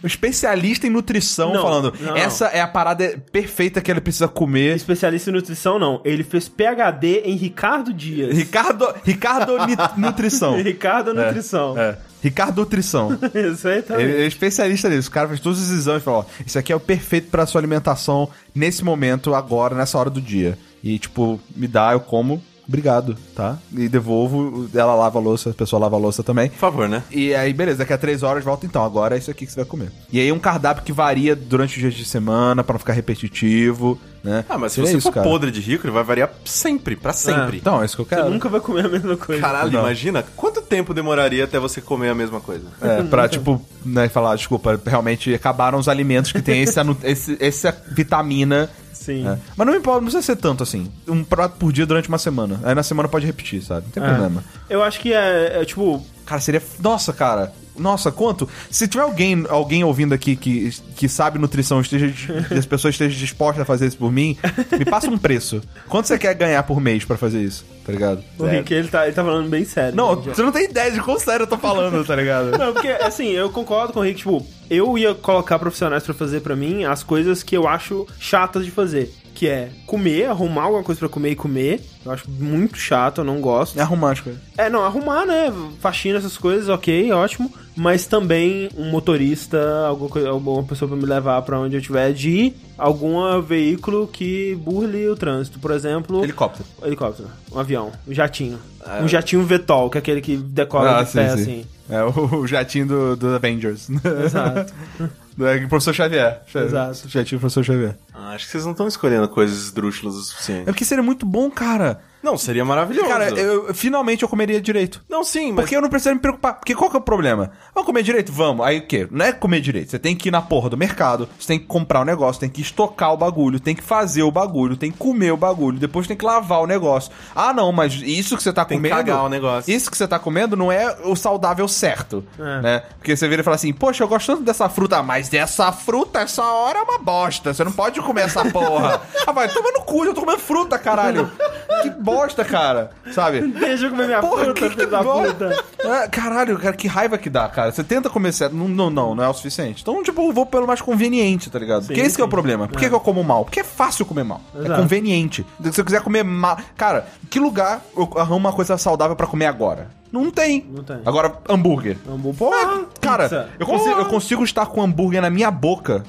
Speaker 3: um especialista em nutrição
Speaker 2: Não,
Speaker 3: falando,
Speaker 2: não.
Speaker 3: essa é a parada perfeita que ele precisa comer.
Speaker 2: Especialista em nutrição, não. Ele fez PHD em Ricardo Dias.
Speaker 3: Ricardo, Ricardo Ni- Nutrição.
Speaker 2: Ricardo
Speaker 3: É,
Speaker 2: Nutrição.
Speaker 3: é. Ricardo Nutrição.
Speaker 2: Isso aí tá também.
Speaker 3: Ele ele é especialista nisso. O cara faz todos os exames e fala: ó, isso aqui é o perfeito pra sua alimentação nesse momento, agora, nessa hora do dia. E, tipo, me dá, eu como, obrigado, tá? E devolvo, ela lava a louça, a pessoa lava a louça também.
Speaker 1: Por favor, né?
Speaker 3: E aí, beleza, daqui a três horas volta então. Agora é isso aqui que você vai comer. E aí, um cardápio que varia durante os dias de semana, pra não ficar repetitivo, né?
Speaker 1: Ah, mas se
Speaker 3: Seria
Speaker 1: você
Speaker 3: isso,
Speaker 1: for podre de rico, ele vai variar sempre, pra sempre.
Speaker 3: Então, é isso que eu
Speaker 2: Você
Speaker 3: quero.
Speaker 2: nunca vai comer a mesma coisa.
Speaker 1: Caralho,
Speaker 3: Não.
Speaker 1: imagina quanto tempo demoraria até você comer a mesma coisa.
Speaker 3: É,
Speaker 2: Uhum.
Speaker 3: pra, tipo, né, falar, desculpa, realmente acabaram os alimentos que tem esse, anu- esse- essa vitamina
Speaker 2: Sim.
Speaker 3: É. Mas não importa, não precisa ser tanto assim. Um prato por dia durante uma semana. Aí na semana pode repetir, sabe? Não tem
Speaker 2: É.
Speaker 3: problema.
Speaker 2: Eu acho que é, é, tipo.
Speaker 3: Cara, seria. Nossa, cara. Nossa, quanto? Se tiver alguém, alguém ouvindo aqui que, que sabe nutrição esteja, e as pessoas estejam dispostas a fazer isso por mim, me passa um preço. Quanto você quer ganhar por mês pra fazer isso? Tá ligado?
Speaker 2: O Rick, ele tá, ele tá falando bem sério.
Speaker 3: Não,
Speaker 2: né?
Speaker 3: você não tem ideia de quão sério eu tô falando, tá ligado?
Speaker 2: Não, porque, assim, eu concordo com o Rick, tipo, eu ia colocar profissionais pra fazer pra mim as coisas que eu acho chatas de fazer. Que é comer, arrumar alguma coisa pra comer e comer. Eu acho muito chato, eu não gosto.
Speaker 3: É romântico.
Speaker 2: É, não, arrumar, né? Faxina, essas coisas, ok, ótimo. Mas também um motorista, alguma, coisa, alguma pessoa pra me levar pra onde eu tiver de ir, algum veículo que burle o trânsito. Por exemplo,
Speaker 3: Helicóptero.
Speaker 2: helicóptero, um avião, um jatinho. Um jatinho VTOL, que é aquele que decola de pé, assim.
Speaker 3: Ah, É o, o jatinho do, do Avengers.
Speaker 2: Exato.
Speaker 3: Do é, professor Xavier.
Speaker 2: Exato.
Speaker 3: Jatinho do professor Xavier.
Speaker 1: Ah, acho que vocês não estão escolhendo coisas esdrúxulas o
Speaker 3: É
Speaker 1: suficiente.
Speaker 3: porque seria muito bom, cara.
Speaker 1: Não, seria maravilhoso.
Speaker 3: Cara, eu, finalmente eu comeria direito.
Speaker 1: Não, sim, mas...
Speaker 3: Porque eu não preciso me preocupar. Porque qual que é o problema? Vamos comer direito? Vamos. Aí o quê? Não é comer direito. Você tem que ir na porra do mercado, você tem que comprar o negócio, tem que estocar o bagulho, tem que fazer o bagulho, tem que comer o bagulho, depois tem que lavar o negócio. Ah, não, mas isso que você tá
Speaker 1: Tem que
Speaker 3: comendo.
Speaker 1: cagar o negócio. É.
Speaker 3: Isso que você tá comendo não é o saudável certo. Né? Porque você vira e fala assim, poxa, eu gosto tanto dessa fruta, mas essa fruta, essa hora é uma bosta. Você não pode comer essa porra. ah, vai, toma no cu, eu tô comendo fruta, caralho. que bosta, cara. Sabe?
Speaker 2: Deixa eu comer minha
Speaker 3: Porra,
Speaker 2: fruta,
Speaker 3: que
Speaker 2: filho
Speaker 3: que
Speaker 2: da
Speaker 3: dó-
Speaker 2: puta.
Speaker 3: Ah, Caralho, cara, que raiva que dá, cara. Você tenta comer certo, não, não, não, não é o suficiente. Então, tipo, eu vou pelo mais conveniente, tá ligado? Porque esse que é o problema. Por que, que eu como mal? Porque é fácil comer mal. É
Speaker 2: Exato.
Speaker 3: conveniente. Se você quiser comer mal... Cara, que lugar eu arrumo uma coisa saudável pra comer agora? Não tem.
Speaker 2: Não tem.
Speaker 3: Agora, hambúrguer.
Speaker 2: Hambú- Porra,
Speaker 3: É, cara,
Speaker 2: pizza. Ah.
Speaker 3: eu consigo, eu consigo estar com hambúrguer na minha boca.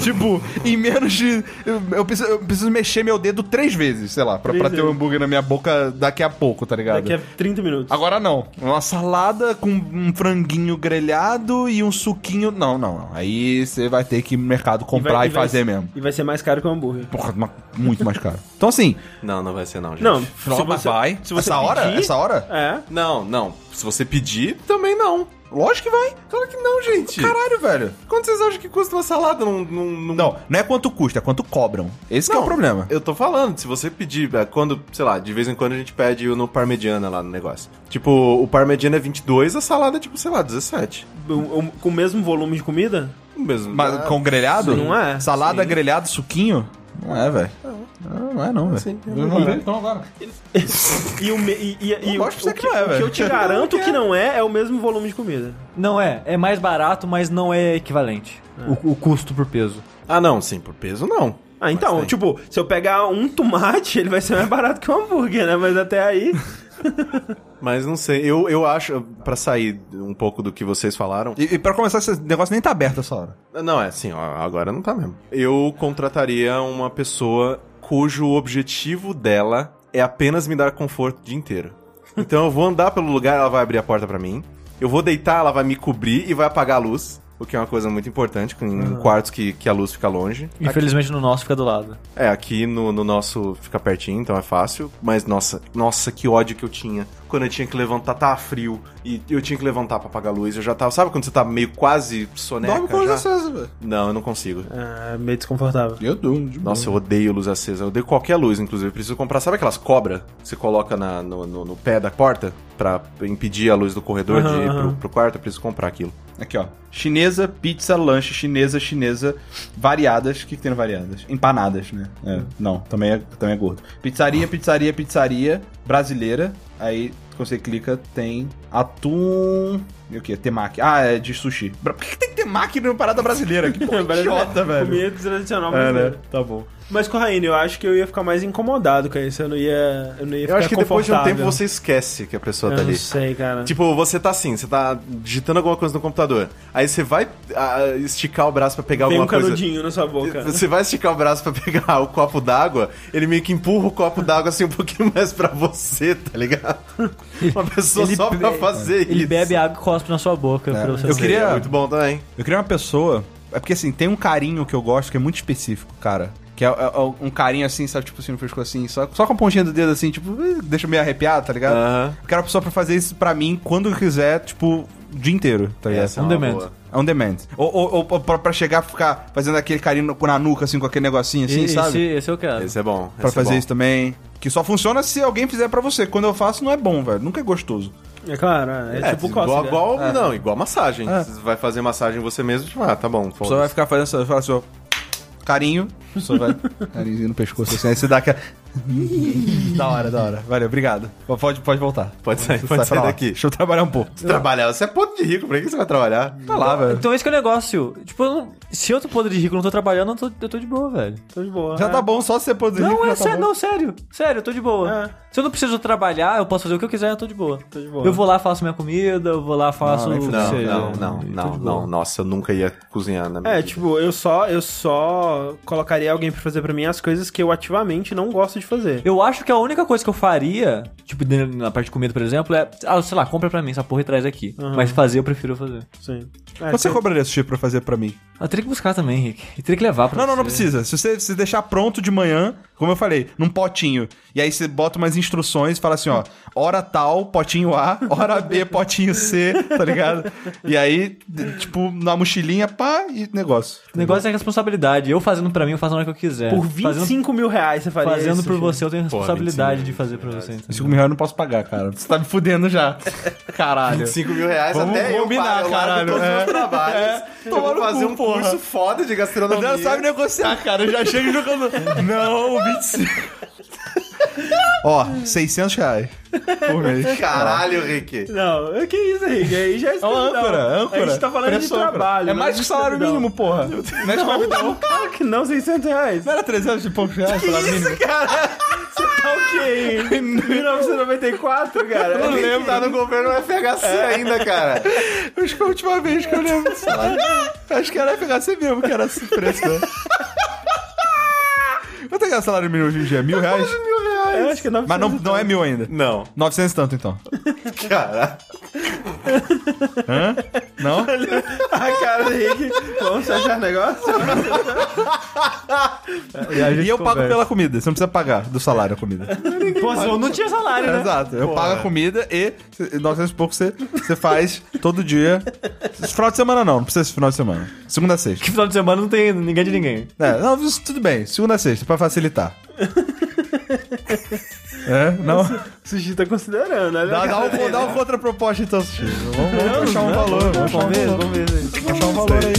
Speaker 3: tipo, em menos de. Eu, eu preciso, eu preciso mexer meu dedo três vezes, sei lá, pra,
Speaker 2: Três
Speaker 3: pra ter o
Speaker 2: vezes.
Speaker 3: hambúrguer na minha boca daqui a pouco, tá ligado?
Speaker 2: Daqui a 30 é minutos.
Speaker 3: Agora não. Uma salada com um franguinho grelhado e um suquinho. Não, não, não. Aí você vai ter que ir no mercado
Speaker 2: vai-
Speaker 3: comprar e,
Speaker 2: vai-
Speaker 3: fazer mesmo.
Speaker 2: E vai ser mais caro que o hambúrguer.
Speaker 3: Porra, ma- muito mais caro. Então assim.
Speaker 1: Não, não vai ser não, gente.
Speaker 2: Não,
Speaker 3: não,
Speaker 2: se
Speaker 3: mas
Speaker 2: você,
Speaker 3: vai.
Speaker 2: se você
Speaker 3: essa hora?
Speaker 2: pedir-
Speaker 3: Essa hora?
Speaker 2: É.
Speaker 1: Não, não. Se você pedir, também não.
Speaker 3: Lógico que vai.
Speaker 1: Claro que não, gente.
Speaker 3: Caralho, velho.
Speaker 1: Quanto vocês acham que custa uma salada num... num- num-
Speaker 3: Não, não é quanto custa, é quanto cobram. Esse que é o
Speaker 1: Não,
Speaker 3: problema.
Speaker 1: Eu tô falando, se você pedir, é, quando, sei lá, de vez em quando a gente pede no parmegiana lá no negócio. Tipo, o parmegiana é 22, a salada é tipo, sei lá, 17.
Speaker 2: O- o- um, com o mesmo volume de comida?
Speaker 1: O Mesmo.
Speaker 3: Mas
Speaker 1: Ah,
Speaker 3: com grelhado?
Speaker 2: Não é.
Speaker 3: Salada, grelhado, suquinho? Não é, velho. Não, não é, não, velho.
Speaker 1: Sim, é
Speaker 3: Eu não
Speaker 1: verdade.
Speaker 3: vi, Então agora.
Speaker 2: E o, me- e, e- e
Speaker 3: Eu
Speaker 2: o,
Speaker 3: gosto de
Speaker 2: o
Speaker 3: você
Speaker 2: que,
Speaker 3: que não é,
Speaker 2: o que
Speaker 3: velho.
Speaker 2: eu te garanto que não é, é o mesmo volume de comida.
Speaker 4: Não é, é mais barato, mas não é equivalente. O, o custo por peso.
Speaker 1: Ah, não, sim, por peso não.
Speaker 2: Ah, então,
Speaker 1: tem.
Speaker 2: tipo, se eu pegar um tomate, ele vai ser mais barato que um hambúrguer, né? Mas até aí.
Speaker 1: Mas não sei, eu, eu acho, pra sair um pouco do que vocês falaram.
Speaker 3: E, e pra começar, esse negócio nem tá aberto essa hora.
Speaker 1: Não, é assim, ó, agora não tá mesmo. Eu contrataria uma pessoa cujo objetivo dela é apenas me dar conforto o dia inteiro. Então eu vou andar pelo lugar, ela vai abrir a porta pra mim. Eu vou deitar, ela vai me cobrir e vai apagar a luz. O que é uma coisa muito importante, com quartos que, que a luz fica longe.
Speaker 4: Infelizmente no nosso fica do lado.
Speaker 1: É, aqui no, no nosso fica pertinho, então é fácil. Mas nossa, nossa, que ódio que eu tinha. Quando eu tinha que levantar, tava frio. E eu tinha que levantar pra apagar a luz. Eu já tava. Sabe quando você tá meio quase soneca?
Speaker 3: Dorme com luz né?
Speaker 1: já?
Speaker 3: acesa, velho.
Speaker 1: Não, eu não consigo.
Speaker 2: É meio desconfortável.
Speaker 3: Eu durmo. de
Speaker 1: Nossa, eu odeio luz acesa. Eu odeio qualquer luz, inclusive. Eu preciso comprar. Sabe aquelas cobras que você coloca na- no, no- no pé da porta pra impedir a luz do corredor de ir
Speaker 2: Aham,
Speaker 1: pro,
Speaker 2: aham.
Speaker 1: pro quarto? Eu preciso comprar aquilo.
Speaker 3: Aqui, ó. Chinesa, pizza, lanche, chinesa, chinesa, variadas. O que, que tem no variadas? Empanadas, né? É, Não, também é, também é gordo. Pizzaria, pizzaria, pizzaria, brasileira. Aí, quando você clica, tem atum... E o quê? Temaki. Ah, é de sushi. Bra- Por que, que tem temaki numa parada brasileira? Que
Speaker 2: É
Speaker 3: porra idiota, velho.
Speaker 2: né? Comida tradicional
Speaker 3: É,
Speaker 2: brasileira.
Speaker 3: né? Tá bom.
Speaker 2: Mas, Corraine, eu acho que eu ia ficar mais incomodado com isso. Eu não ia, eu não ia
Speaker 1: Eu
Speaker 2: ficar
Speaker 1: acho que depois de um tempo
Speaker 2: confortável.
Speaker 1: você esquece que a pessoa
Speaker 2: Eu
Speaker 1: tá
Speaker 2: não
Speaker 1: ali.
Speaker 2: sei, cara.
Speaker 1: Tipo, você tá assim, você tá digitando alguma coisa no computador. Aí você vai ah, esticar o braço pra pegar
Speaker 2: Tem um
Speaker 1: alguma coisa.
Speaker 2: canudinho na sua boca.
Speaker 1: Você vai esticar o braço pra pegar o copo d'água, ele meio que empurra o copo d'água assim um pouquinho mais pra você, tá ligado? Uma pessoa
Speaker 4: Ele
Speaker 1: só pra
Speaker 4: be-
Speaker 1: fazer isso.
Speaker 4: Ele bebe água e cospe na sua boca pra você
Speaker 3: Eu
Speaker 1: Eu
Speaker 4: saber.
Speaker 1: queria.
Speaker 3: queria-
Speaker 1: muito bom também.
Speaker 3: Eu queria uma pessoa. É porque assim, tem um carinho que eu gosto que é muito específico, cara. Que é, é- é um carinho assim, sabe? Tipo assim, no pescoço assim, só, só com a pontinha do dedo assim, tipo, eh, deixa meio arrepiado, tá ligado?
Speaker 1: Aham.
Speaker 3: Eu quero uma pessoa pra fazer isso pra mim quando eu quiser, tipo, o dia inteiro, tá ligado?
Speaker 1: Essa é
Speaker 3: on
Speaker 1: uma
Speaker 3: demand.
Speaker 1: boa.
Speaker 3: On demand. Ou, ou, ou pra, pra chegar a ficar fazendo aquele carinho no- na nuca, assim, com aquele negocinho, assim,
Speaker 4: esse,
Speaker 3: sabe?
Speaker 4: esse eu quero.
Speaker 1: Esse é bom.
Speaker 3: Pra
Speaker 1: esse é
Speaker 3: fazer
Speaker 1: bom.
Speaker 3: isso também. Que só funciona se alguém fizer pra você. Quando eu faço, não é bom, velho. Nunca é gostoso.
Speaker 2: É claro, é,
Speaker 1: É,
Speaker 2: tipo
Speaker 1: igual,
Speaker 2: cócega.
Speaker 1: igual- Não, igual massagem. Você vai fazer massagem você mesmo, tipo, ah, tá bom.
Speaker 3: A pessoa É. vai
Speaker 1: foda-se.
Speaker 3: ficar fazendo essa, fala assim, ó, carinho. A pessoa vai, carinhozinho no pescoço, assim, aí você dá aquela... da hora, da hora. Valeu, obrigado. Pode, pode voltar.
Speaker 1: Pode sair,
Speaker 3: Você
Speaker 1: pode
Speaker 3: sai
Speaker 1: sair
Speaker 3: pra lá.
Speaker 1: daqui.
Speaker 3: Deixa eu trabalhar um pouco.
Speaker 1: Você trabalha, você é ponto de rico, pra que você vai trabalhar?
Speaker 3: Tá lá, velho.
Speaker 4: Então esse que é o negócio. Tipo, eu não- se eu tô podre de rico e não tô trabalhando, eu tô, eu tô de boa, velho.
Speaker 2: Tô de boa.
Speaker 3: Já
Speaker 2: é.
Speaker 3: tá bom só você poder...
Speaker 4: Não,
Speaker 3: já
Speaker 4: é
Speaker 3: tá
Speaker 4: sério,
Speaker 3: bom.
Speaker 4: não, sério. Sério, eu tô de boa.
Speaker 2: É.
Speaker 4: Se eu não preciso trabalhar, eu posso fazer o que eu quiser, eu tô de boa.
Speaker 2: Tô de boa.
Speaker 4: Eu vou lá, faço minha comida, eu vou lá, faço
Speaker 3: Não,
Speaker 4: o que
Speaker 1: Não,
Speaker 4: seja.
Speaker 1: não, não, não, não. Nossa, eu nunca ia cozinhar na minha
Speaker 2: É,
Speaker 1: vida.
Speaker 2: tipo, eu só, eu só colocaria alguém pra fazer pra mim as coisas que eu ativamente não gosto de fazer.
Speaker 4: Eu acho que a única coisa que eu faria, tipo, de- na parte de comida, por exemplo, é, ah, sei lá, compra pra mim essa porra e traz aqui. Mas fazer eu prefiro fazer.
Speaker 2: Sim. É,
Speaker 3: Quanto você
Speaker 2: tem-
Speaker 3: cobraria esse chip pra fazer pra mim?
Speaker 4: Eu teria que buscar também, Rick. E teria que levar pra
Speaker 3: Não, não, não
Speaker 4: você.
Speaker 3: precisa. Se você se deixar pronto de manhã, como eu falei, num potinho. E aí você bota umas instruções, fala assim, ó, hora tal, potinho A, hora B, potinho C, tá ligado? E aí, d- tipo, na mochilinha, pá, e negócio.
Speaker 4: O negócio é responsabilidade. Eu fazendo pra mim, eu faço na hora que eu quiser.
Speaker 2: Por
Speaker 4: Fazendo,
Speaker 2: 25 mil reais você faria
Speaker 4: fazendo
Speaker 2: isso,
Speaker 4: por
Speaker 2: filho.
Speaker 4: você, eu tenho
Speaker 1: Pô,
Speaker 4: responsabilidade
Speaker 1: 25
Speaker 4: de fazer pra você. entendeu?
Speaker 3: 5 mil reais eu não posso pagar, cara. Você tá me fudendo já. Caralho.
Speaker 1: 5 mil reais
Speaker 3: Vamos
Speaker 1: até
Speaker 3: combinar,
Speaker 1: eu,
Speaker 3: caralho.
Speaker 1: Eu largo todos os
Speaker 3: É.
Speaker 1: meus trabalhos.
Speaker 3: É.
Speaker 1: Eu
Speaker 3: Tomar
Speaker 1: vou
Speaker 3: no
Speaker 1: fazer
Speaker 3: cu,
Speaker 1: um
Speaker 3: porra.
Speaker 1: curso foda de
Speaker 3: Não,
Speaker 1: gastronomia.
Speaker 3: não sabe negociar, cara. Eu já chego jogando. Não, 25. Ó, 600 reais por mês.
Speaker 1: Caralho, Rick.
Speaker 2: Não, que isso, Henrique? Aí já é
Speaker 3: É uma
Speaker 2: escravidão.
Speaker 3: âncora, âncora.
Speaker 2: A gente tá falando
Speaker 3: Preço
Speaker 2: de
Speaker 3: âncora.
Speaker 2: trabalho.
Speaker 3: É
Speaker 2: não
Speaker 3: mais que
Speaker 2: de
Speaker 3: o salário
Speaker 2: escravidão.
Speaker 3: mínimo, porra. Não é escravidão.
Speaker 2: Claro que não, 600 reais.
Speaker 3: Não
Speaker 2: Tá
Speaker 3: era 300 e poucos reais o salário mínimo?
Speaker 2: ok, hein? 1994, cara.
Speaker 1: Eu não
Speaker 2: Henrique,
Speaker 1: lembro, É. tá no governo FHC ainda, cara.
Speaker 3: Acho que é a última vez que eu lembro do salário. Acho que era FHC mesmo, que era esse preço, né? Quanto é que é o salário mínimo hoje em dia? Mil reais?
Speaker 2: Eu acho que é 900
Speaker 3: Mas não, não é mil ainda.
Speaker 1: Não,
Speaker 3: 900 e tanto, então.
Speaker 1: cara.
Speaker 3: Hã? Não?
Speaker 2: A Ah, cara do Henrique. Vamos fechar o negócio?
Speaker 3: E eu pago pela comida. Você não precisa pagar do salário a comida.
Speaker 4: Pô, eu não tinha salário, né?
Speaker 3: Exato. Eu pago a comida e cê- 900 e pouco você, você faz todo dia. Esse Final de semana não, não precisa esse final de semana. Segunda a sexta.
Speaker 4: Que final de semana não tem ninguém de ninguém.
Speaker 3: É, não, isso tudo bem. Segunda a sexta, pra facilitar. É, não.
Speaker 2: O Sushi tá considerando, olha.
Speaker 3: Dá,
Speaker 2: a
Speaker 3: dá,
Speaker 2: cara
Speaker 3: um,
Speaker 2: dele.
Speaker 3: dá uma contraproposta então, Sushi. Vamos, vamos achar um valor. Vamos achar um
Speaker 2: Vamos ver,
Speaker 3: valor.
Speaker 2: vamos ver.
Speaker 3: Vamos achar um valor aí.